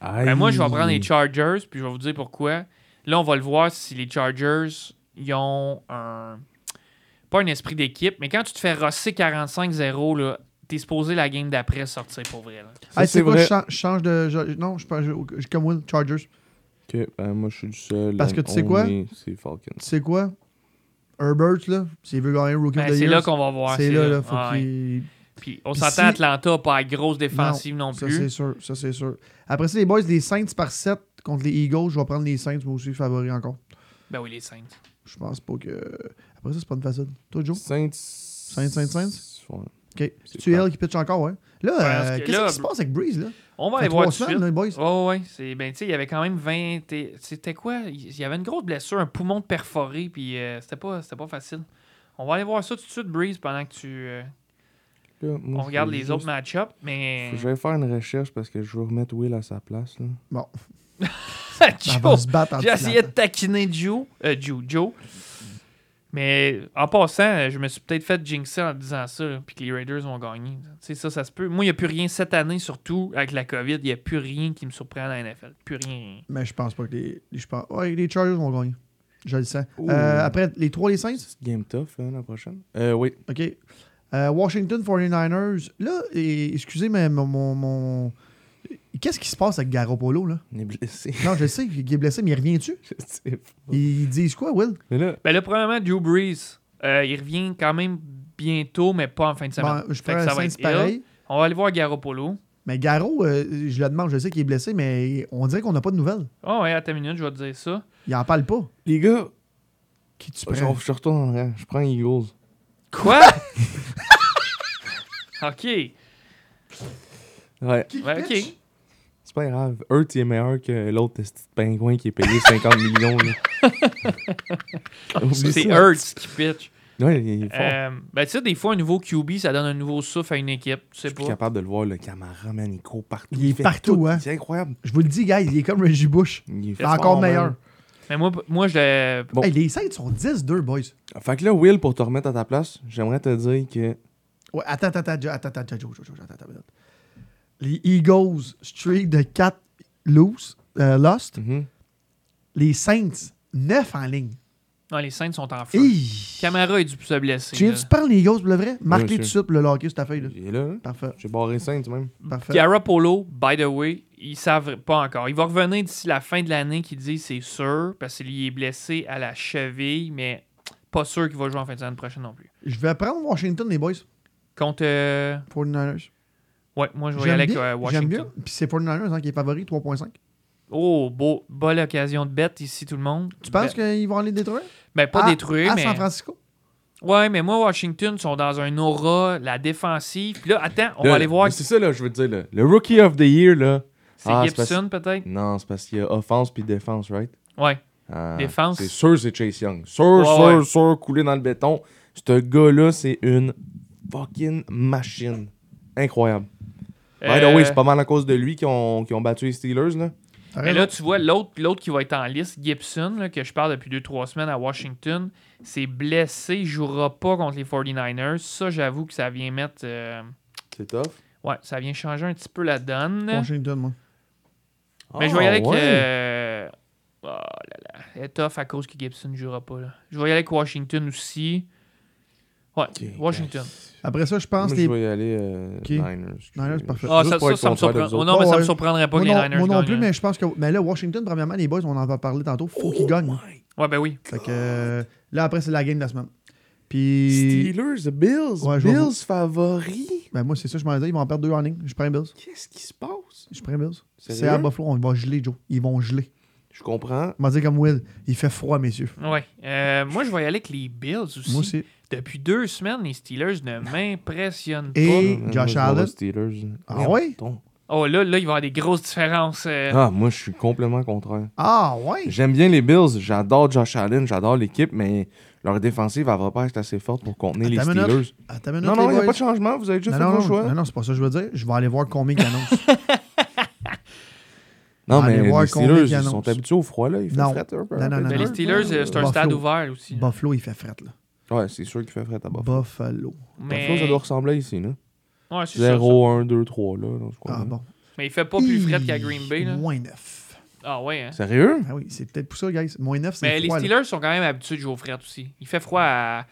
Ben, moi, je vais prendre les Chargers, puis je vais vous dire pourquoi. Là, on va le voir si les Chargers, ils ont un. Pas un esprit d'équipe, mais quand tu te fais rosser 45-0, là, t'es supposé la game d'après sortir pour vrai. là. Ça, Hey, c'est c'est quoi, vrai. je chan- je change de. je- non, je, je, je- comme Will, Chargers. Ok, ben, moi, je suis le seul. Parce que tu sais On quoi? est- C'est Falcons. Tu sais quoi? Herbert, là, s'il veut gagner Rookie Ben, of the c'est là Year, qu'on va voir. c'est là, là, faut Ouais. qu'il. Puis on Puis s'entend, si- Atlanta n'a pas la grosse défensive non, Ça, plus. c'est sûr. Ça, c'est sûr. Après ça, les boys, les Saints par 7 contre les Eagles, je vais prendre les Saints, moi aussi, favori encore. Ben oui, les Saints. Je pense pas que. Après ça, c'est pas une facile. Toi, Joe, Saints. Saints, Saints, Saints? Ouais. OK. C'est C'est clair. elle qui pitch encore, ouais. Là, parce euh, que qu'est-ce là, qui se passe avec Breeze, là? On va Fait aller voir trois tout de semaines, suite. là, les boys. Oh, ouais, c'est ben tu sais, il y avait quand même 20 et- c'était quoi Il y avait une grosse blessure, un poumon de perforé puis euh, c'était pas c'était pas facile. On va aller voir ça tout de suite Breeze pendant que tu euh, Là, moi, on je regarde vais les juste- autres match-ups mais Je vais faire une recherche parce que je veux remettre Will à sa place. Là. Bon, on va Joe, se battre en j'ai essayé de dessous. taquiner Joe, euh, Joe, Joe. Mais en passant, euh, je me suis peut-être fait jinxer en disant ça, là, puis que les Raiders vont gagner. Tu sais, ça, ça se peut. Moi, il n'y a plus rien cette année, surtout avec la COVID. Il n'y a plus rien qui me surprend à la NFL. Plus rien. Mais je pense pas que les. les- Je pense... Ouais, les Chargers vont gagner. Je le sens. Ouh. Euh, après, les 3, les Saints? C'est game tough hein, la prochaine. Euh, oui. OK. Euh, Washington 49ers. Là, et- excusez, mais mon. mon- mon- Qu'est-ce qui se passe avec Garoppolo, là? On est blessé. Non, je sais qu'il est blessé, mais il revient-tu? je sais pas. Ils disent quoi, Will? Mais là, Ben là, premièrement, Drew Brees, euh, il revient quand même bientôt, mais pas en fin de semaine. Bon, Ben, je Fait prends que un ça va Saints être ill. pareil. On va aller voir Garoppolo. Mais Garo, euh, je le demande, je sais qu'il est blessé, mais on dirait qu'on n'a pas de nouvelles. Ah ouais, attends une minute, je vais te dire ça. Il en parle pas. les gars, Qui tu je, prends? je retourne en arrière. Je prends Eagles. Quoi? ok. Ouais. Ouais, ok. C'est pas grave. Eux, tu es meilleur que l'autre petit pingouin qui est payé 50 millions. là. Oublie C'est ça. Hurts qui pitch. Ouais, il est fort. Euh, ben tu sais, des fois, un nouveau QB, ça donne un nouveau souffle à une équipe. Tu je sais suis pas. plus capable de le voir, le Camara, man. Il court partout. Il est fait partout, tout. hein. C'est incroyable. Je vous le dis, guys, il est comme Reggie Bush. Il est Il est encore fort, meilleur. man. Mais moi, moi je. Bon. Hey, les Saints sont 10-2, boys. Fait que là, Will, pour te remettre à ta place, j'aimerais te dire que Ouais, attends, attends, attends, attends, attends, attends, Joe, Joe, Joe, attends, attends, attends. Les Eagles, streak de 4 loose, euh, Hmm. lost. Mhm. Les Saints, 9 en ligne. Non, les Saints sont en feu. Hi! Camara est dû se blesser. Tu là. viens-tu parler les Eagles pour le vrai? Marque-les monsieur. tout de suite pour le locker sur ta feuille. Là. il est là. hein. Parfait, J'ai barré 5 même. parfait. Garoppolo, by the way, ils savent pas encore. Il va revenir d'ici la fin de l'année qui dit c'est sûr parce qu'il est blessé à la cheville, mais pas sûr qu'il va jouer en fin de semaine prochaine non plus. Je vais prendre Washington, les boys. Contre euh, 49ers. ouais, moi je vais y J'aime aller avec bien, euh, J'aime Washington. bien. Puis c'est 49ers hein, qui est favori, 3.5. Oh, beau, bonne occasion de bête ici tout le monde. Tu penses Ben, qu'ils vont aller le détruire? ben, pas À- détruit, À mais San Francisco? Ouais, mais moi Washington sont dans un aura la défensive. Puis là, attends, on Là, va aller voir mais C'est ça, là, je veux te dire. Là. Le Rookie of the Year, là. c'est Ah, c'est Gibson peut-être. Non, c'est parce qu'il y a offense puis défense, right? Ouais. Ah, Défense. C'est sûr, c'est Chase Young. Sûr, Ouais, sûr, ouais. sûr, coulé dans le béton. Ce gars-là, c'est une fucking machine. Incroyable. By the Euh, way, c'est pas mal à cause de lui qu'ils ont, qu'ils ont battu les Steelers, là. T'as Mais raison. là, tu vois, l'autre, l'autre qui va être en liste, Gibson, là, que je parle depuis 2-3 semaines à Washington, c'est blessé, il jouera pas contre les 49ers. Ça, j'avoue que ça vient mettre. euh, C'est tough. Ouais, ça vient changer un petit peu la donne. Washington, moi. Mais je vais y aller avec. Ah, ouais. euh, Oh là là. Elle est tough à cause que Gibson ne jouera pas. là. Je vais y aller avec Washington aussi. Ouais, Ok, Washington. Après ça, je pense Moi, les. je vais y aller euh, Ok. Niners. Niners, parfait. Ah, Juste ça, pour ça, être contraire ça me de surprend- vous autres. non, mais ça Ouais, me ouais. surprendrait pas Moi que les non, Niners moi non gagnent, hein. plus, là. mais je pense que. Mais là, Washington, premièrement, les boys, on en va parler tantôt. Faut qu'ils gagnent. Ouais, ben oui. Fait que. euh, Là, après, c'est la game de la semaine. Puis. Steelers, the Bills. Ouais, je vais vous- Bills favoris. Ben, moi, c'est ça, je m'en dis. Ils vont en perdre deux en ligne. Je prends Bills. Qu'est-ce qui se passe? Je prends Bills. C'est Sérieux? à Buffalo. On va geler, Joe. Ils vont geler. Je comprends. On va dire comme Will, il fait froid, messieurs. Ouais. Euh, moi, je vais y aller avec les Bills aussi. Moi aussi. Depuis deux semaines, les Steelers ne m'impressionnent pas. Et Euh, moi, Josh je m'en vais Allen. aux Steelers. Ah Merde, ouais? ton. Oh, là, là, il va y avoir des grosses différences. euh, Ah, moi, je suis complètement contraire. Ah, ouais. J'aime bien les Bills, j'adore Josh Allen, j'adore l'équipe, mais leur défensive, elle va pas être assez forte pour contenir les Attends une Steelers. Attends une minute, Non, non, les il n'y a boys. pas de changement, vous avez déjà Non, fait non, vos non, choix. non, non, c'est pas ça que je veux dire. Je vais aller voir combien qu'ils annoncent. Non, Allez mais voir les combien Steelers, qu'ils ils annoncent. sont habitués au froid, là. Il fait Non. fret un peu. Non, non, non, ben, les non. Steelers, euh, c'est un Buffalo. stade ouvert aussi. là. Buffalo, il fait fret, là. Ouais, c'est sûr qu'il fait fret à Buffalo. Buffalo. Mais... Buffalo, ça doit ressembler à ici, là. Ouais, c'est ça, 0, 1, 2, 3, là. dans ce coin-là. Ah, bon. ça. Mais il fait pas plus fret qu'à Green Bay. Là. Moins 9. Ah ouais, hein? Sérieux? Ah oui, c'est peut-être pour ça, guys. Moins 9, c'est Mais les froid, là. Steelers sont quand même habitués de jouer au fret aussi. Il fait froid à-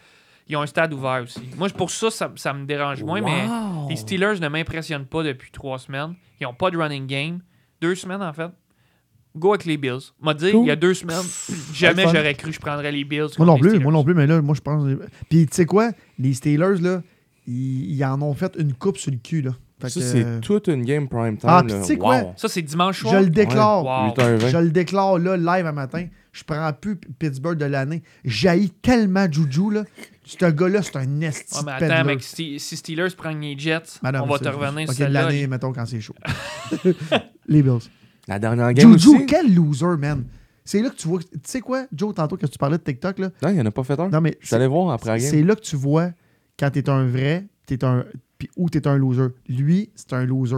Ils ont un stade ouvert aussi. Moi, pour ça, ça, ça me dérange moins, mais Wow! Oh. les Steelers ne m'impressionnent pas depuis trois semaines. Ils n'ont pas de running game. Deux semaines, en fait. Go avec les Bills. M'a dit, Cool. il y a deux semaines, jamais Ouais, fun. j'aurais cru que je prendrais les Bills. Moi contre non les plus, Steelers. moi non plus, mais là, moi, je pense. Puis, tu sais quoi? Les Steelers, là, ils, ils en ont fait une coupe sur le cul, là. Fait Ça, que, euh, c'est toute une game prime time. Ah, là. puis tu sais Wow. quoi? Ça, c'est dimanche soir. Je le déclare. Wow. 8h20. Je le déclare, là, live à matin. Je prends plus P- Pittsburgh de l'année. J'haïs tellement Juju, là. Ce gars-là, c'est un esti Ouais, mais de attends, peddler. mec, si, si Steelers prennent les Jets, Madame, on va c'est- te revenir OK, sur de là l'année, mettons, quand c'est chaud. les Bills. La dernière game Juju, aussi? quel loser, man. C'est là que tu vois... Tu sais quoi, Joe, tantôt, que tu parlais de TikTok, là? Non, il n'y en a pas fait un. Non, mais... Je suis allé voir après la game. C'est là que tu vois quand t'es un vrai, t'es un. Puis où t'es un loser. Lui, c'est un loser.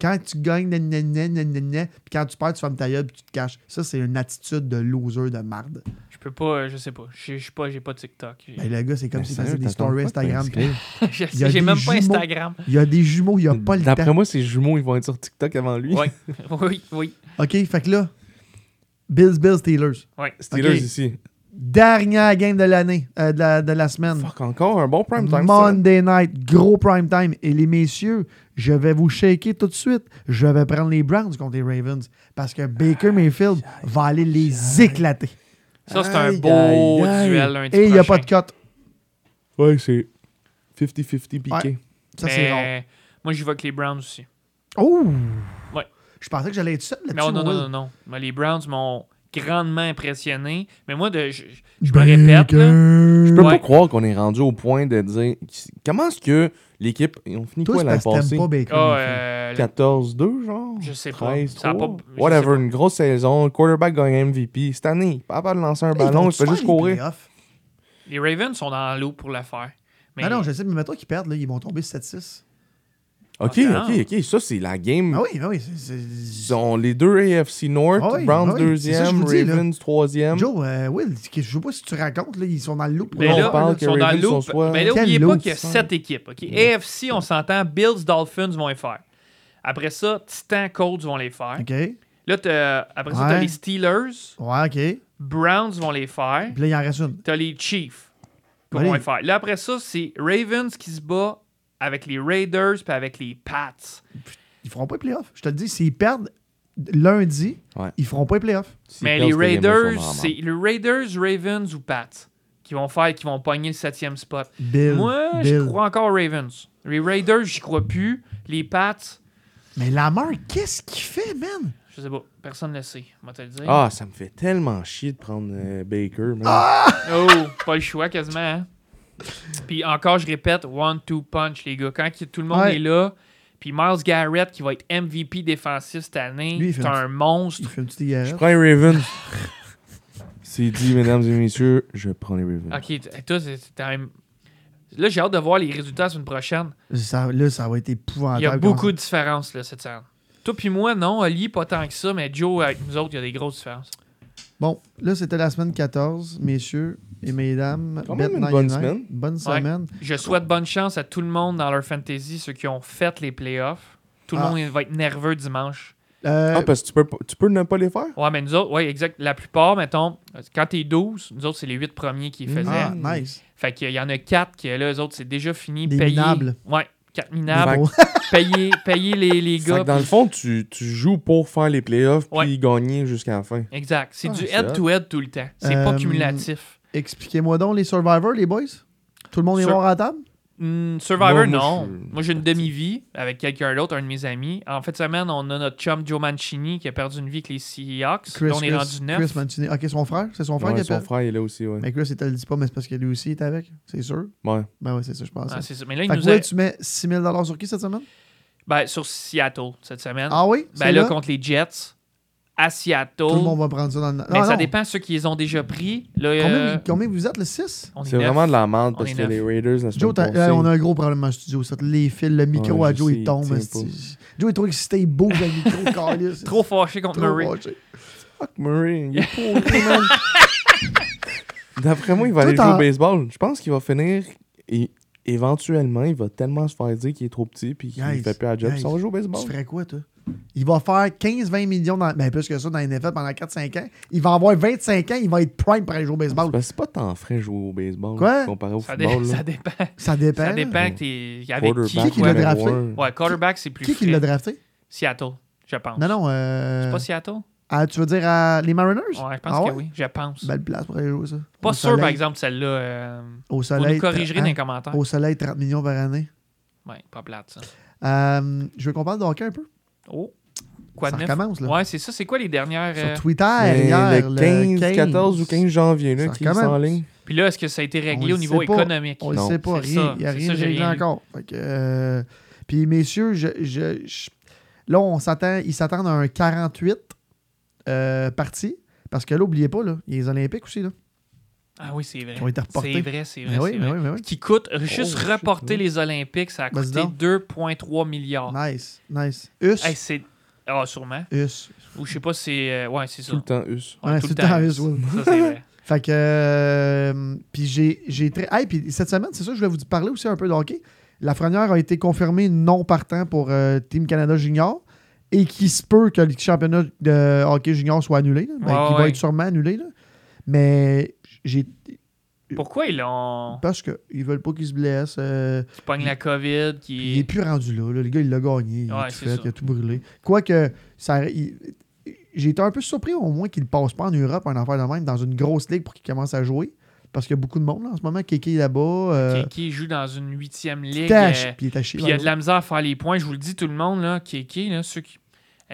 Quand tu gagnes, nan, nan, nan, nan, nan, nan, puis quand tu perds, tu fermes ta gueule puis tu te caches. Ça, c'est une attitude de loser de marde. Je peux pas, euh, je sais pas. Je je suis pas, j'ai pas de TikTok. J'ai- Ben, le gars, c'est comme Mais s'il sérieux, faisait des t'attends stories pas de Instagram. t'inscrire. Je Il y a sais- J'ai des même pas jumeaux. Instagram. Il y a des jumeaux, il y a pas le D'après temps. moi, ces jumeaux, ils vont être sur TikTok avant lui. Oui, oui, oui. OK, fait que là, Bills, Bills, Steelers. Ouais. Steelers Ok. ici. Dernière game de l'année, euh, de, la, de la semaine. Fuck, encore un bon prime time. ça. Monday night, gros prime time. Et les messieurs, je vais vous shaker tout de suite. Je vais prendre les Browns contre les Ravens parce que Baker Mayfield va aller les éclater. Ça, c'est un Aïe, beau aïe, aïe. duel lundi Et il n'y a prochain. pas de cote. Ouais, c'est 50-50 piqué. Ouais. Ça, c'est Mais rare. Moi, j'y vais avec les Browns aussi. Oh! Ouais. Je pensais que j'allais être seul là-dessus. Non, oh, non, mon non, Will. non, non. Mais les Browns m'ont grandement impressionné. Mais moi, de, je, je Ben, me répète, là, Je peux pas Ouais. croire qu'on est rendu au point de dire. Comment est-ce que l'équipe. On finit Toi, quoi c'est l'année parce que passée t'aimes pas Baker. ah, Mayfield. euh, le- 14-2, genre Je sais pas. 13, Ça a 3. pas- je sais Whatever, pas. une grosse saison. Quarterback gagne MVP. Cette année, pas capable de lancer un Hey, ils ballon, il vont-tu fait faire juste les courir. playoffs? les Ravens sont dans l'eau pour la faire. Mais Non, non, je sais, mais mettons qu'ils perdent, là, ils vont tomber 7-6. Ok, Attends. ok, ok. Ça, c'est la game. Ah oui, ah oui. c'est- c'est- Ils ont les deux AFC North, Ah oui, Browns ah oui, c'est ça que deuxième, je vous dis, là. Ravens troisième. Joe, euh, Will, je sais pas si tu racontes, là, ils sont dans le loop. pour Mais le on ben là, faire, parle ils sont dans Ravens l'eau. sont soit- Mais là, Quel n'oubliez lot, pas qu'il y a ça. sept équipes. OK? AFC, on s'entend. Bills, Dolphins vont les faire. Après ça, Titan, Colts vont les faire. OK. Ouais, Là, t'as- après ça, t'as Ouais. les Steelers. OK. Browns vont les faire. Puis là, il en reste une. T'as les Chiefs qui Allez. vont les faire. Là, après ça, c'est Ravens qui se bat avec les Raiders puis avec les Pats. Ils feront pas les playoffs. Je te le dis, s'ils perdent lundi, Ouais. ils feront pas les playoffs. S'ils Mais perdent les cette game-là, ils sont Raiders, dans la merde. c'est les Raiders, Ravens ou Pats qui vont faire, qui vont pogner le septième spot. Bill, Moi, je Bill. crois encore aux Ravens. Les Raiders, j'y crois plus. Les Pats, Mais Lamar, qu'est-ce qu'il fait, man? je sais pas, personne ne le sait, on va te le dire. Ah, ça me fait tellement chier de prendre euh, Baker. man. Oh, pas le choix quasiment. hein. Puis encore, je répète, one-two punch, les gars. Quand que tout le monde Ouais. est là, puis Miles Garrett qui va être MVP défensif cette année, Lui, il fait c'est une- un monstre. Il fait une petite Je cigarette. prends les Ravens. c'est dit, mesdames et messieurs, je prends les Ravens. Ok, t- toi, c'est c'est quand même. Là, j'ai hâte de voir les résultats la semaine prochaine. Ça- là, ça va être épouvantable. Il y a comment beaucoup ça- de différences là, cette semaine. Toi puis moi, non, Oli, pas tant que ça, mais Joe, avec nous autres, il y a des grosses différences. Bon, là, c'était la semaine 14, messieurs et mesdames. Quand même Bet une bonne 99. semaine. Bonne Ouais. semaine. Je souhaite bonne chance à tout le monde dans leur fantasy, ceux qui ont fait les playoffs. Tout le Ah. monde il va être nerveux dimanche. Euh, Ah, parce que tu peux, pas- tu peux ne pas les faire? Ouais, mais nous autres, ouais, exact. La plupart, mettons, quand t'es 12, nous autres, c'est les 8 premiers qui faisaient. ah, nice. Fait qu'il y en a 4 qui, là, eux autres, c'est déjà fini. Des payé. minables. Ouais, 4 minables. Bon. Payer, payer les, les Fait que gars. dans le fond, tu, tu joues pour faire les playoffs puis Ouais. gagner jusqu'à la fin. Exact. C'est Ah, du c'est hot. head-to-head tout le temps. C'est Euh, pas cumulatif. Expliquez-moi donc les survivors, les boys. Tout le monde est Sur- voir à la table? Hmm, Survivor, Moi, moi, non. je suis- Moi, j'ai une demi-vie avec quelqu'un d'autre, un de mes amis. En fait, semaine, on a notre chum Joe Mancini qui a perdu une vie avec les Seahawks. Chris, Là, on est Chris- rendu neuf. Chris Mancini. Ok, son frère. C'est son frère Ouais, qui son était. frère, il est là aussi, ouais. Mais Chris, il te le dit pas, mais c'est parce que lui aussi est avec. C'est sûr. Ouais. Ben ouais, c'est ça, je pense. Ah, c'est ça. Mais là, il fait que nous Will, a... tu mets 6000 sur qui cette semaine ben, sur Seattle cette semaine. Ah oui ben C'est là, là? contre les Jets, à Seattle. Tout le monde va prendre ça dans le. Mais Ah, Ben, ça non. dépend ceux qui les ont déjà pris. Là, euh, Combien, combien vous êtes, le 6 on est C'est neuf. vraiment de la merde On parce est que neuf. les Raiders, la semaine Joe, t'as- passée- euh, on a un gros problème en studio. Ça, les fils, le micro Ouais, à je Joe, sais, il il tombe. tient esti. Joe est trop excité, il bouge le micro, câlisse. Trop fâché contre Trop Murray. fâché. Fuck Murray, il est pourri, man. D'après moi, il va Toi, aller jouer t'en- au baseball. Je pense qu'il va finir. et- Éventuellement, il va tellement se faire dire qu'il est trop petit puis qu'il Guys, fait plus à job. guys, Ça va jouer au baseball. Tu ferais quoi, toi? Il va faire 15-20 millions, dans, ben plus que ça, dans les NFL pendant 4-5 ans. Il va avoir 25 ans, il va être prime pour aller jouer au baseball. Parce que Ben, c'est pas tant frais jouer au baseball Quoi? là, comparé au Ça, dé- football. là. ça dépend. Ça dépend. Ça là. dépend que t'es- avec qui. Qui qui quoi. l'a numéro drafté? un. Ouais, quarterback, c'est plus Qui qui frais. l'a drafté? Seattle, je pense. Non, non. euh, C'est pas Seattle? ah, tu veux dire à les Mariners? Ouais, je pense Ah ouais? que oui, je pense. Belle place pour aller jouer ça. pas Au sûr, soleil- par exemple, celle-là. euh, Au Vous soleil. nous corrigerez tra- dans les hein, commentaires. Au soleil, 30 millions par année. Ouais, pas plate, ça. Euh, je veux qu'on parle de hockey un peu. Oh. Quoi ça de neuf? recommence, là. Ouais, c'est ça. C'est quoi les dernières. euh, Sur Twitter, Mais hier, le 15, 14 ou 15 janvier, Ça là, qui est en recommence. ligne. Puis là, est-ce que ça a été réglé On au le niveau sait pas. économique? On ne Non. sait pas, C'est rien. ça, Il n'y a c'est rien ça, de j'ai réglé rien lu. encore. Fait que, euh, Puis, messieurs, je, je- je- là, on s'attend, ils s'attendent à un 48 euh, parties. Parce que là, n'oubliez pas, là, il y a les Olympiques aussi là, Ah oui, c'est vrai. qui ont été C'est reportés. vrai, c'est vrai. Mais oui, c'est mais vrai. oui, mais oui. Qui coûte, euh, juste Oh, shit, reporter oui. les Olympiques, ça a Vas-y coûté donc. 2,3 milliards. Nice, nice. Us. Hey, c'est. Ah, sûrement. Us. Ou je sais pas si. euh, Ouais, c'est ça. Tout le temps, us. Ouais, Ouais, tout c'est le temps. Us, oui. Ça, c'est vrai. Fait que. euh, puis j'ai, j'ai très. Hey, puis cette semaine, c'est ça, je voulais vous parler aussi un peu de hockey. Lafrenière a été confirmé non partant pour euh, Team Canada Junior et qui se peut que le championnat de hockey junior soit annulé. là. Ben, Ouais, qui ouais. va être sûrement annulé. là. Mais j'ai. Pourquoi ils l'ont. Parce qu'ils veulent pas qu'il se blesse. euh, Ils pognent la COVID, puis Il est qui. plus rendu là. là. Le gars, il l'a gagné. Il Ouais, a tout c'est fait. ça. Il a tout brûlé. Quoique, ça, il- j'ai été un peu surpris au moins qu'il ne passe pas en Europe, un affaire de même, dans une grosse ligue pour qu'il commence à jouer. Parce qu'il y a beaucoup de monde là, en ce moment. Kéké est là-bas. euh, qui- Qui joue dans une huitième ligue. T'as euh, chi- puis il est à chier, Puis il y a ouais. de la misère à faire les points. Je vous le dis, tout le monde, là, Kéké, là, ceux qui.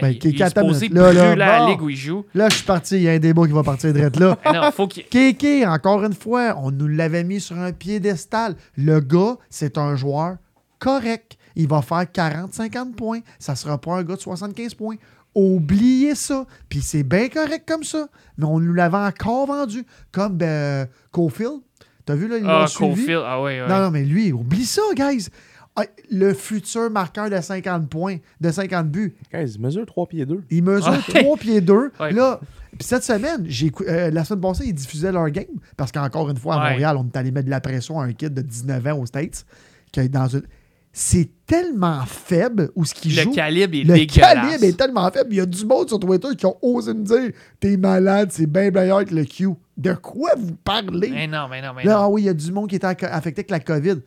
Ben, Hey, Kéké, il est attends supposé une minute. Là, là, brûler la bon. ligue où il joue. Là, je suis parti. Il y a un débat qui va partir direct là. Ah non, faut qu'il. Kéké, encore une fois, on nous l'avait mis sur un piédestal. Le gars, c'est un joueur correct. Il va faire 40-50 points. Ça sera pas un gars de 75 points. Oubliez ça. Puis c'est bien correct comme ça. Mais on nous l'avait encore vendu. Comme ben, Cofield. T'as vu, là, ils Ah, l'ont suivi. Caulfield. Ah, ouais, ouais. Non, non, mais lui, oublie ça, guys. Ah, Le futur marqueur de 50 points, de 50 buts. Guys, il mesure 3 pieds 2. Il mesure Ah, Ouais. 3 pieds 2. Ouais. Là, puis cette semaine, j'ai écou- euh, la semaine passée, ils diffusaient leur game parce qu'encore une fois, à Ouais. Montréal, on est allé mettre de la pression à un kid de 19 ans aux States. Que dans une... C'est tellement faible où ce qu'ils le jouent. calibre est Le dégueulasse. calibre est tellement faible. Il y a du monde sur Twitter qui ont osé me dire T'es malade, c'est bien meilleur que le Q. De quoi vous parlez Mais non, mais non, mais Là, Ben non. ah oui, il y a du monde qui était acc- affecté avec la COVID.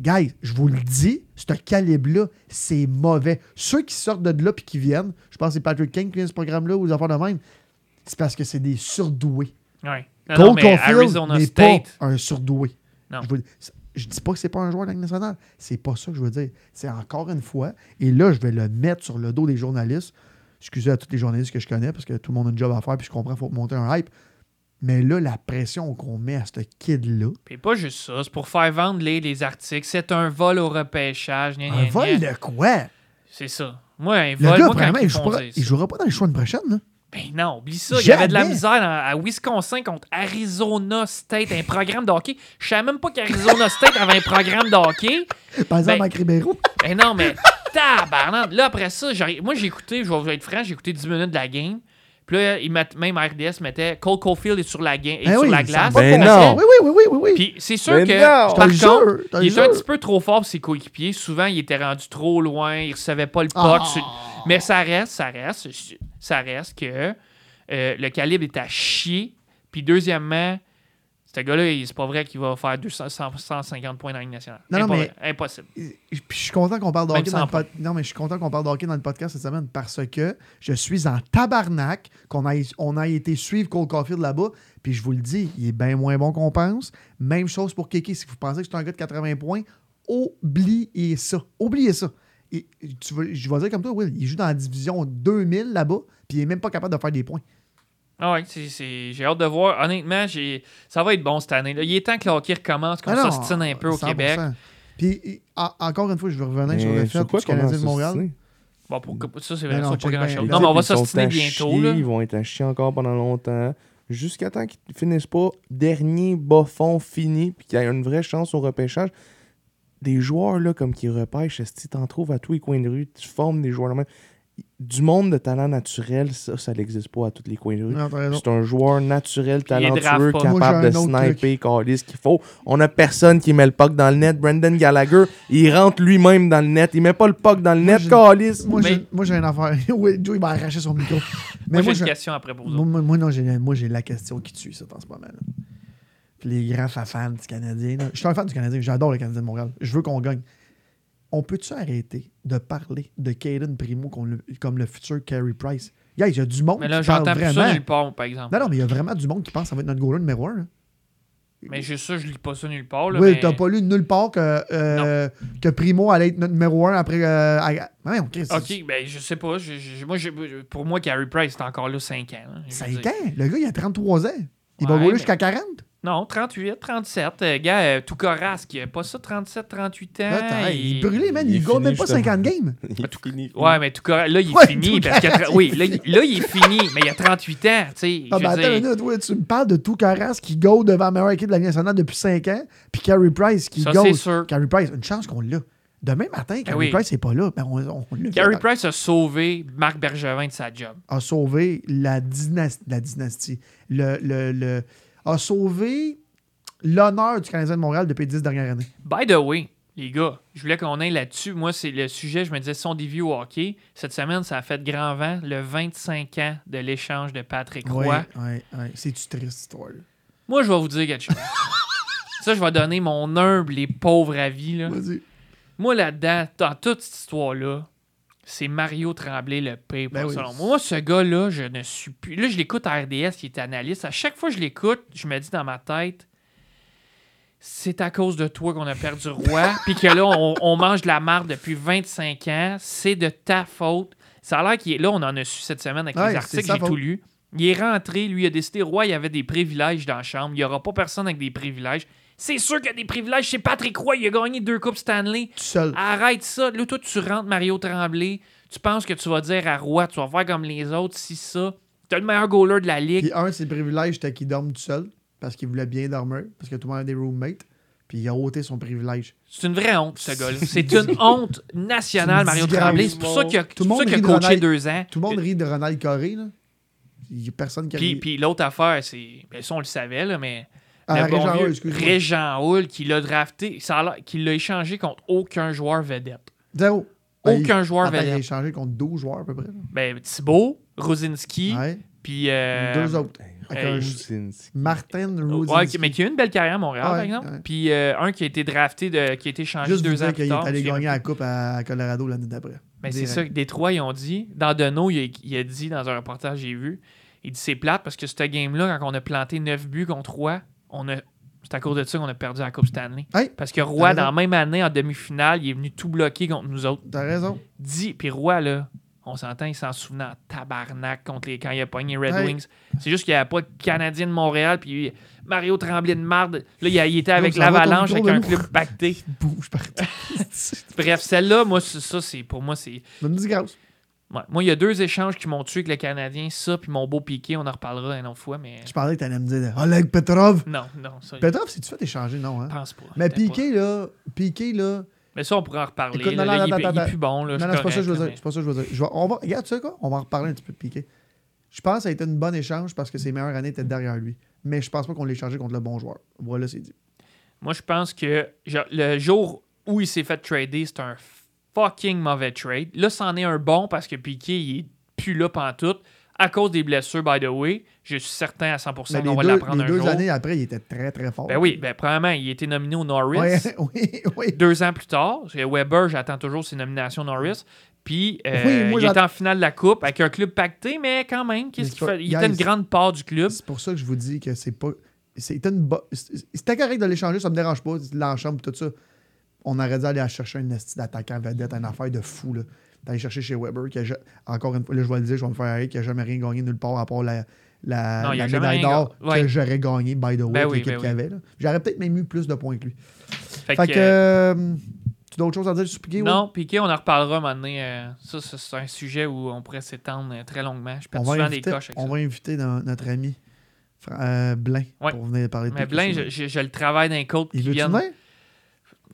Guys, je vous le dis, ce calibre-là, c'est mauvais. Ceux qui sortent de là puis qui viennent, je pense que c'est Patrick King qui vient de ce programme-là ou des affaires de même, c'est parce que c'est des surdoués. Ouais. Non, non, Cole mais Caulfield Arizona n'est State. pas un surdoué. Non. Je, vous- je dis pas que c'est pas un joueur de la Ligue nationale. C'est pas ça que je veux dire. C'est encore une fois, et là, je vais le mettre sur le dos des journalistes. Excusez à tous les journalistes que je connais parce que tout le monde a un job à faire puis je comprends, faut monter un hype. Mais là, la pression qu'on met à ce kid-là, Puis pas juste ça, c'est pour faire vendre les, les articles. C'est un vol au repêchage. gna, gna, Un vol gna. de quoi? C'est ça. Moi, un Le vol, gars, moi, quand vraiment, ils il, jouera, font pas- dire il ça. jouera pas dans les choix de prochaine, hein? là. Ben non, oublie ça. Il y avait de la Jamais. misère à, à Wisconsin contre Arizona State, un programme de hockey. Je savais même pas qu'Arizona State avait un programme de hockey. Par exemple, Ben- Marc Ribeiro. Ben non, mais tabarnak. Là, après ça, j'arrive- moi, j'ai écouté, je vais être franc, j'ai écouté 10 minutes de la game. Puis là, ils mettent- même RDS mettait Cole Caulfield est sur la, game, est Ben sur oui, la ça glace. va Ben pas. non. Ah Oui, oui, oui, oui, oui. oui. Puis c'est sûr Ben que, non. par Je te contre, jure, je te il était un jure. petit peu trop fort pour ses coéquipiers. Souvent, il était rendu trop loin, il recevait pas le puck. Ah. sur- Mais ça reste, ça reste, ça reste que euh, le calibre est à chier. Puis deuxièmement, ce gars-là, il- c'est pas vrai qu'il va faire 200, 100, 150 points dans la Ligue nationale. Non, non, Impossible. Impossible. Puis je suis content qu'on parle de Même hockey dans sans le pod- Non, mais je suis content qu'on parle de hockey dans le podcast cette semaine parce que je suis en tabarnak qu'on aille- on a été suivre Cole Caulfield là-bas. Puis je vous le dis, il est bien moins bon qu'on pense. Même chose pour Kiki. Si vous pensez que c'est un gars de 80 points, Oubliez ça. Oubliez ça. Et tu vas- je vais dire comme toi, Will, il joue dans la division 2000 là-bas, puis il est même pas capable de faire des points. Ah ouais, c'est- c'est- j'ai hâte de voir. Honnêtement, j'ai- ça va être bon cette année. là. Il est temps que le hockey recommence, qu'on Ah non, s'ostine un peu au 100%. Québec. Puis et- en- encore une fois, je veux revenir sur Mais le sur fait quoi du qu'on a Canadien de Montréal. assassiné? Bon, pour, ça, c'est vrai, Non, ça, non, pas check bien, grand-chose. les Non, mais on va Ils sont s'ostiner à bientôt. chier, Là. Ils vont être à chier encore pendant longtemps. Jusqu'à temps qu'ils finissent pas dernier bas fond fini puis qu'il y a une vraie chance au repêchage. Des joueurs là comme qui repêchent, si t'en trouves à tous les coins de rue, tu formes des joueurs de même. Du monde de talent naturel, ça, ça n'existe pas à tous les coins de rue. Non, t'as raison. C'est un joueur naturel, Puis il les talentueux, draft pas. Moi, capable j'ai de un autre sniper, caler ce qu'il faut. On a personne qui met le puck dans le net. Brendan Gallagher, il rentre lui-même dans le net. Il met pas le puck dans le net, j'ai- calice. Moi, Mais- j'ai- moi, j'ai une affaire. Oui, Joe, il m'a arraché son micro. Moi, j'ai une j'ai- question après pour vous. Moi, autres. moi- moi, non, j'ai, moi, j'ai la question qui tue, ça, en ce moment. là. Puis Les grands fa- fans du Canadien. là. Je suis un fan du Canadien, j'adore le Canadien de Montréal. Je veux qu'on gagne. On peut-tu arrêter de parler de Caden Primo comme le, comme le futur Carey Price? Guys, il y a du monde Mais là, qui parle j'entends plus ça vraiment. nulle part, par exemple. non, non, mais il y a vraiment du monde qui pense que ça va être notre goaler numéro un. là. Mais juste ça, je lis pas ça nulle part. Oh, Là, oui, mais- t'as pas lu nulle part que, euh, que Primo allait être notre numéro un après. euh, à- Ouais, ok, c'est- Ok, ben je sais pas. je- je- moi, je- pour moi, Carey Price est encore là 5 ans. hein, je veux Cinq dire. ans. Le gars, il a 33 ans. Il va Ouais, goaler mais- jusqu'à 40. Non, 38, 37. Euh, gars, euh, tout corasse, qui a pas ça, 37, 38 ans. Attends, il- il est brûlé, man. Il, il est gagne fini, même pas justement. 50 games. Il finit. Ouais, mais tout corasse. Là, il est Ouais, fini. tout Parce qu'il a corasse, tra- Oui, là, il- là, il est fini, mais il a 38 ans. Tu sais, Ah, ben, je veux attends dire. une minute, ouais, tu me parles de tout Caras qui go devant la meilleure équipe de la Ligue nationale depuis 5 ans, puis Carey Price qui Ça, go. c'est sûr. Carey Price, une chance qu'on l'a. Demain matin, Carey oui. Price n'est pas là. Ben, on, on, l'a Carey fait- Price a sauvé Marc Bergevin de sa job. a sauvé la dynastie. La dynastie. Le, le, le- a sauvé l'honneur du Canadien de Montréal depuis les 10 dernières années. By the way, les gars, je voulais qu'on aille là-dessus. Moi, c'est le sujet, je me disais, son début au hockey. Cette semaine, ça a fait grand vent le 25 ans de l'échange de Patrick Roy. Ouais, ouais, ouais. C'est-tu triste, cette histoire-là? Moi, je vais vous dire quelque chose. Ça, je vais donner mon humble et pauvre avis. Là. Vas-y. Moi, là-dedans, dans toute cette histoire-là, c'est Mario Tremblay le pire, Ben oui. selon moi. Moi, ce gars-là, je ne suis plus. Là, je l'écoute à RDS, qui est analyste. À chaque fois que je l'écoute, je me dis dans ma tête, c'est à cause de toi qu'on a perdu roi, puis que là, on, on mange de la marde depuis 25 ans. C'est de ta faute. Ça a l'air qu'il est là, on en a su cette semaine avec Ouais, les c'est articles, sa j'ai tout faute. lu. Il est rentré, lui, il a décidé, roi, il avait des privilèges dans la chambre. Il n'y aura pas personne avec des privilèges. C'est sûr qu'il y a des privilèges. C'est Patrick Roy, il a gagné deux Coupes Stanley. Tout seul. Arrête ça. Là, toi, tu rentres Mario Tremblay. Tu penses que tu vas dire à Roy, tu vas faire comme les autres, si ça. T'as le meilleur goaler de la ligue. Puis un, ses privilèges, c'était qu'il dorme tout seul parce qu'il voulait bien dormir, parce que tout le monde a des roommates. Puis il a ôté son privilège. C'est une vraie honte, ce gars-là. C'est une honte nationale, C'est Mario disgrace. Tremblay. C'est pour ça qu'il a, Tout le c'est pour monde ça qu'il a rit de coaché Ronald- deux ans. Tout le monde rit de Ronald Coré, là. Il y a personne qui a Puis, ri. puis l'autre affaire, c'est. Ben, ça, on le savait, là, mais. Ah, le bon Régent vieux Hall, excuse-moi. Régent Hull, qui l'a drafté, ça a l'air- qui l'a échangé contre aucun joueur vedette. Zéro. Aucun joueur Attends, Ben, Il Ah, a vedette. échangé contre 12 joueurs à peu près. là. Ben, Thibault, Rosinski, Ouais. puis. euh, Deux autres. Avec hey, un- Martin Rudy. Ouais, qui- mais qui a eu une belle carrière à Montréal, Ah ouais, par exemple. ouais. Puis euh, un qui a été drafté, de, qui a été changé Juste vous deux ans dire plus qu'il est tard. allé je me gagner souviens la coupe à Colorado l'année d'après. plus. Mais c'est Direct. ça, que Détroit, ils ont dit. Dans Deneau, il a, il a dit dans un reportage que j'ai vu, il dit c'est plate parce que ce game-là, quand on a planté 9 buts contre Roy, on a. C'est à cause de ça qu'on a perdu la Coupe Stanley. Hey, Parce que t'as Roy, raison. dans la même année, en demi-finale, il est venu tout bloquer contre nous autres. T'as raison. Dit, puis Roy, là, on s'entend, il s'en souvenait en tabarnak contre les, quand il a pogné Red Hey. Wings. C'est juste qu'il n'y avait pas de Canadien de Montréal, puis Mario Tremblay de marde. Là, il, a- il était avec ça va, l'Avalanche ton avec micro, un Benoît? club pacté. Il bouge partout. Bref, celle-là, moi, c'est- ça, c'est pour moi, c'est. Donne du grâce. ouais. Moi, il y a deux échanges qui m'ont tué avec le Canadien, ça, puis mon beau piqué, on en reparlera une autre fois, mais. Je parlais que t'allais me dire Oleg Petrov. Non, non, ça, je Petrov, c'est-tu fait échanger? Non, hein? pense pas. Mais Peut-être Ah, pas. Piqué, là, Piqué, là, Mais ça, on pourrait en reparler. Écoute, là, non, non, là, il, est- attends, il est attends. plus bon, là. Non, non, c'est c'est pas ça que je veux correct, dire. C'est pas ça que je veux dire. Je vais- on va, regarde, tu sais quoi? On va en reparler un petit peu de Piqué. Je pense que ça a été une bonne échange parce que ses meilleures années étaient derrière lui. Mais je pense pas qu'on l'ait échangé contre le bon joueur. Voilà, c'est dit. mais Moi, je pense que je- le jour où il s'est fait trader, c'est un fucking mauvais trade. Là, c'en est un bon parce que Piqué, il est plus là pantoute. À cause des blessures, by the way, je suis certain à 100% Mais qu'on va les deux, l'apprendre les un deux jour. années après, il était très, très fort. Ben oui, ben premièrement, il a été nominé au Norris. Ouais, oui, oui. Deux ans plus tard, parce que Weber, j'attends toujours ses nominations Norris. Puis, euh, Oui, moi, il était j'att- en finale de la Coupe avec un club pacté, mais quand même, qu'est-ce Mais qu'il c'est fait? pas- Il était une guys. grande part du club. C'est pour ça que je vous dis que c'est pas. C'était une bo- C'était correct de l'échanger, ça me dérange pas, l'enchant tout ça. on aurait dû aller à chercher un esti d'attaquant vedette, une affaire de fou. là. D'aller chercher chez Weber, qui a ja- encore une fois, là, je vais le dire, je vais me faire arrêter, qui a jamais rien gagné nulle part à part la, la, Non, il a la jamais médaille rien d'or ga- ouais. que j'aurais gagné, by the way, Ben avec oui, l'équipe ben qu'il avait. là. J'aurais peut-être même eu plus de points que lui. Fait, Fait que, que, euh, euh, tu as d'autres choses à dire sur Piqué? Will? non, Piqué, on en reparlera un moment donné. euh, ça, ça, c'est un sujet où on pourrait s'étendre euh, très longuement. Je perds On va, souvent des inviter, coches avec on ça. va inviter no- notre ami Fra- euh, Blain Ouais. pour venir parler de Mais Piqué Blain, Souris. je, je- je le travaille d'un côte Il qui veut tu vient. venir?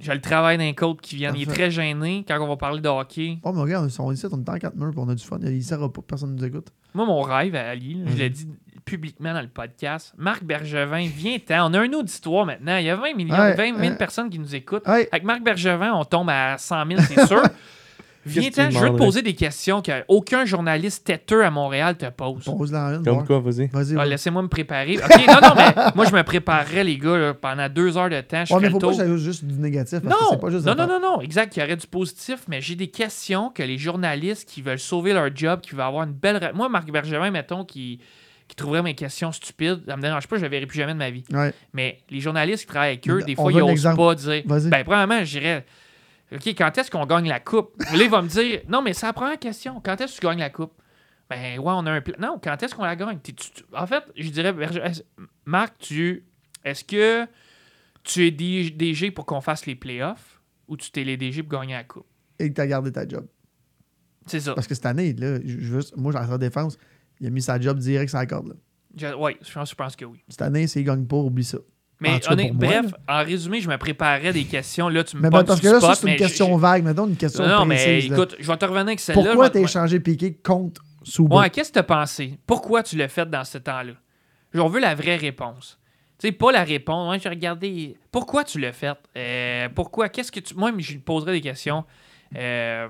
Je le travaille d'un côte qui vient. Il est Parfait. très gêné quand on va parler de hockey. Oh, mais regarde, on est ici, on est en quatre murs, puis on a du fun. Il ne sert pas, personne ne nous écoute. Moi, mon rêve à Ali, là, je Mhm. l'ai dit publiquement dans le podcast, Marc Bergevin, viens-t'en. On a un auditoire maintenant. Il y a 20 millions, Ouais, 20 000 ouais. personnes qui nous écoutent. Hey, Avec Marc Bergevin, on tombe à 100 000, c'est sûr. Qu'est-ce que Viens-t'en, tu je veux te demanderais? poser des questions qu'aucun journaliste têteux à Montréal te pose. pose-la en une. Comme voir. quoi, vas-y. Vas-y. Ah, vas-y. Laissez-moi me préparer. OK, non, non, mais moi, je me préparerais, les gars, là, pendant deux heures de temps. Je Ouais, ferais mais le faut pas tour. que ça juste du négatif. Parce que Non, c'est pas juste non, de non, faire- non, non, exact, il y aurait du positif, mais j'ai des questions que les journalistes qui veulent sauver leur job, qui veulent avoir une belle... ra- Moi, Marc Bergevin, mettons, qui, qui trouverait mes questions stupides, ça me dérange pas, je ne verrai plus jamais de ma vie. Ouais. Mais les journalistes qui travaillent avec eux, des On fois, veut ils un n'osent exemple. pas dire... Vas-y. Ben, premièrement, je dirais, OK, quand est-ce qu'on gagne la coupe? Là, il va me dire, non, mais c'est la première question, quand est-ce que tu gagnes la coupe? Ben, ouais, on a un plan. Non, quand est-ce qu'on la gagne? T'es- tu- tu- En fait, je dirais, Berge- est-ce- Marc, tu... Est-ce que tu es D- DG pour qu'on fasse les playoffs ou tu t'es les DG pour gagner la coupe? Et que tu as gardé ta job. C'est ça. Parce que cette année, là, je- je veux juste- moi, j'en sa défense, il a mis sa job direct sur la corde. là. Je- ouais, je pense, je pense que oui. Cette année, s'il gagne pas, oublie ça. Mais En tout cas, honnêt- pour moi, bref, en résumé, je me préparais des questions. Là, tu me Mais pognes bon, parce que sur là, le spot, ça, c'est mais une je- question vague, mais donc une question Non, non, mais précise. là. écoute, je vais te revenir avec celle-là. Pourquoi je vais- t'as échangé Piqué contre Souba? Ouais, qu'est-ce que t'as pensé? Pourquoi tu l'as fait dans ce temps-là? On veut la vraie réponse. Tu sais, pas la réponse. Moi, j'ai regardé. Pourquoi tu l'as fait? Euh, pourquoi? Qu'est-ce que tu. Moi, je lui poserais des questions. Euh,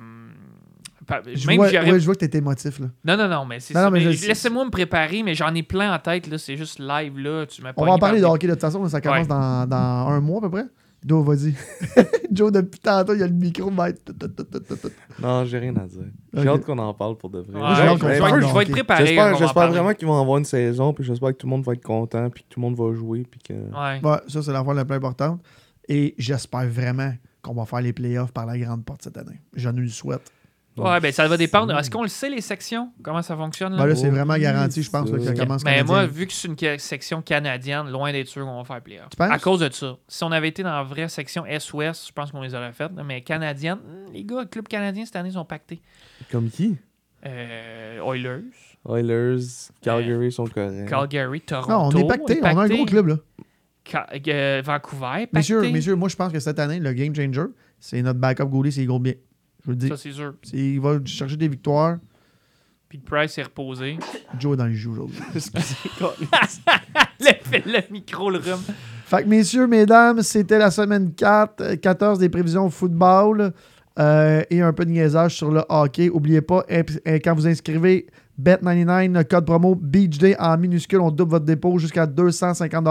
pa- je, même vois, j'aurais- ouais, je vois que t'es émotif. Là. Non, non, non, mais c'est Non, ça. non, mais Mais je sais. Laissez-moi me préparer, mais j'en ai plein en tête. là. C'est juste live, là. Tu m'as On pogné va en par parler de des- hockey de toute façon, là, ça commence Ouais. dans, dans un mois à peu près. Joe, vas-y. Joe, depuis tantôt, il y a le micro. va être tout, tout, tout, tout, tout, tout. Non, j'ai rien à dire. J'ai Ok. hâte qu'on en parle pour de vrai. Ouais, J'ai Mais- hâte qu'on Ben, je, mais vais- parle je de vais hockey. être préparé. on va J'espère en j'espère parler. vraiment qu'ils vont avoir une saison, puis j'espère que tout le monde va être content, puis que tout le monde va jouer, puis que... Ouais. Ouais, ça, c'est l'affaire la plus importante. Et j'espère vraiment qu'on va faire les playoffs par la grande porte cette année. Je nous le souhaite. Ouais, ben ça va dépendre. Est-ce qu'on le sait, les sections? Comment ça fonctionne? Mm. Ben Là? là, c'est vraiment Oui, garanti, je pense, ça. là, que ça commence Mm. Mais canadien. moi, vu que c'est une ca- section canadienne, loin d'être sûr qu'on va faire playoff. Tu penses? À cause de ça. Si on avait été dans la vraie section S-Ouest, je pense qu'on les aurait faites. Mais canadienne, hmm, les gars, club canadien cette année, ils sont pactés. Comme qui? Euh, Oilers, Oilers, Euh, Calgary sont corrects. Calgary, Toronto. Eh Non, on est pacté. On a un gros club, là. Ca- euh, Vancouver, pacté. Messieurs, messieurs, moi, je pense que cette année, le game changer, c'est notre backup goalie, c'est gros bien. Je vous le dis. Ça, c'est sûr. C'est- Il va chercher des victoires. Puis Price est reposé. Joe est dans le jeu aujourd'hui. le, le micro, le rhum. Fait que, messieurs, mesdames, c'était la semaine 4, euh, 14 des prévisions football euh, et un peu de niaisage sur le hockey. Oubliez pas, eh, p- eh, quand vous inscrivez Bet99, le code promo Beach Day en minuscule, on double votre dépôt jusqu'à 250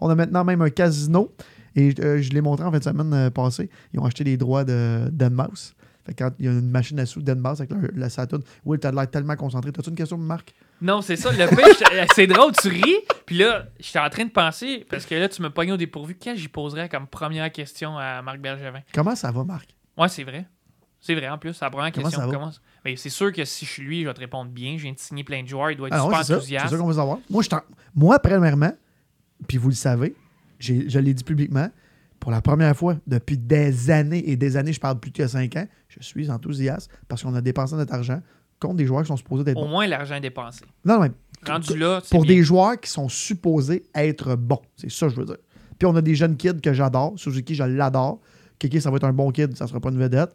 On a maintenant même un casino. Et euh, je l'ai montré en fin de semaine euh, passée. Ils ont acheté les droits de Denmouse. Fait que quand il y a une machine à sous Denmouse avec la, la Saturn, Will, t'as l'air tellement concentré. T'as-tu une question, Marc? Non, c'est ça. Le pêche, c'est drôle, tu ris. Puis là, j'étais en train de penser, parce que là, tu me pognes au dépourvu, qu'est-ce que j'y poserais comme première question à Marc Bergevin? Comment ça va, Marc? Ouais, c'est vrai. C'est vrai, en plus, la première Comment question ça va? commence. Mais c'est sûr que si je suis lui, je vais te répondre bien. Je viens de signer plein de joueurs, il doit être Ah ouais, super c'est ça. C'est enthousiaste. ça qu'on veut savoir. Moi, je t'en- Moi, premièrement, puis vous le savez, j'ai- je l'ai dit publiquement, pour la première fois depuis des années et des années, je parle plus que 5 ans, je suis enthousiaste parce qu'on a dépensé notre argent contre des joueurs qui sont supposés d'être Au bons. moins, l'argent est dépensé. Non, non, mais Rendu là, c'est pour bien. des joueurs qui sont supposés être bons. C'est ça que je veux dire. Puis on a des jeunes kids que j'adore. Suzuki, je l'adore. Kiki, ça va être un bon kid, ça sera pas une vedette.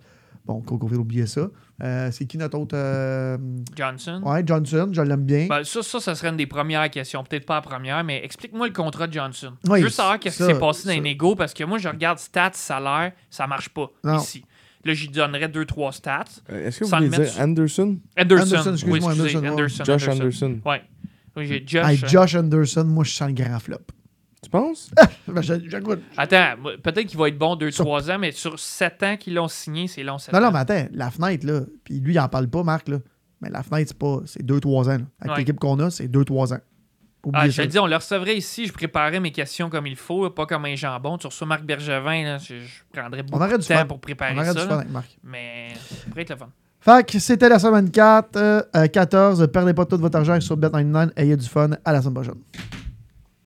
Bon, Cocofield, oubliez ça. Euh, c'est qui notre autre. euh, Mm. Johnson. Ouais, Johnson, je l'aime bien. Ben, ça, ça, ça serait une des premières questions. Peut-être pas la première, mais explique-moi le contrat de Johnson. Oui, je veux savoir qu'est-ce qui ça, s'est passé dans les ça. négos parce que moi, je regarde stats, salaire, ça marche pas Non. ici. Là, j'y donnerais deux, trois stats. Euh, Est-ce que vous Sans voulez le mettre dire Anderson? Anderson. Anderson, excuse-moi, Oui, excusez, Anderson, ouais. Josh Anderson. Ouais. Oui, j'ai Hey, Josh. hein? Josh Anderson, moi, je sens le grand flop. Tu penses? Ben, je- j'écoute. Attends, moi, peut-être qu'il va être bon Sur- 2-3 ans, mais sur 7 ans qu'ils l'ont signé, c'est long 7 Non, ans. non, mais attends, la fenêtre, là, puis lui, il en parle pas, Marc, là. Mais la fenêtre, c'est pas. C'est 2-3 ans. là. Avec Ouais. l'équipe qu'on a, c'est 2-3 ans. Oubliez Ah, je ça. te le dis, on le recevrait ici. Je préparais mes questions comme il faut, pas comme un jambon. Tu reçois Marc Bergevin, là, je, je prendrais beaucoup aurait de du temps fun. pour On préparer arrête du ça. fun là. avec Marc. Mais ça pourrait être le fun. Fait que c'était la semaine 4, euh, euh, 14. Perdez pas tout votre argent sur Bet99. Ayez du fun. À la semaine prochaine.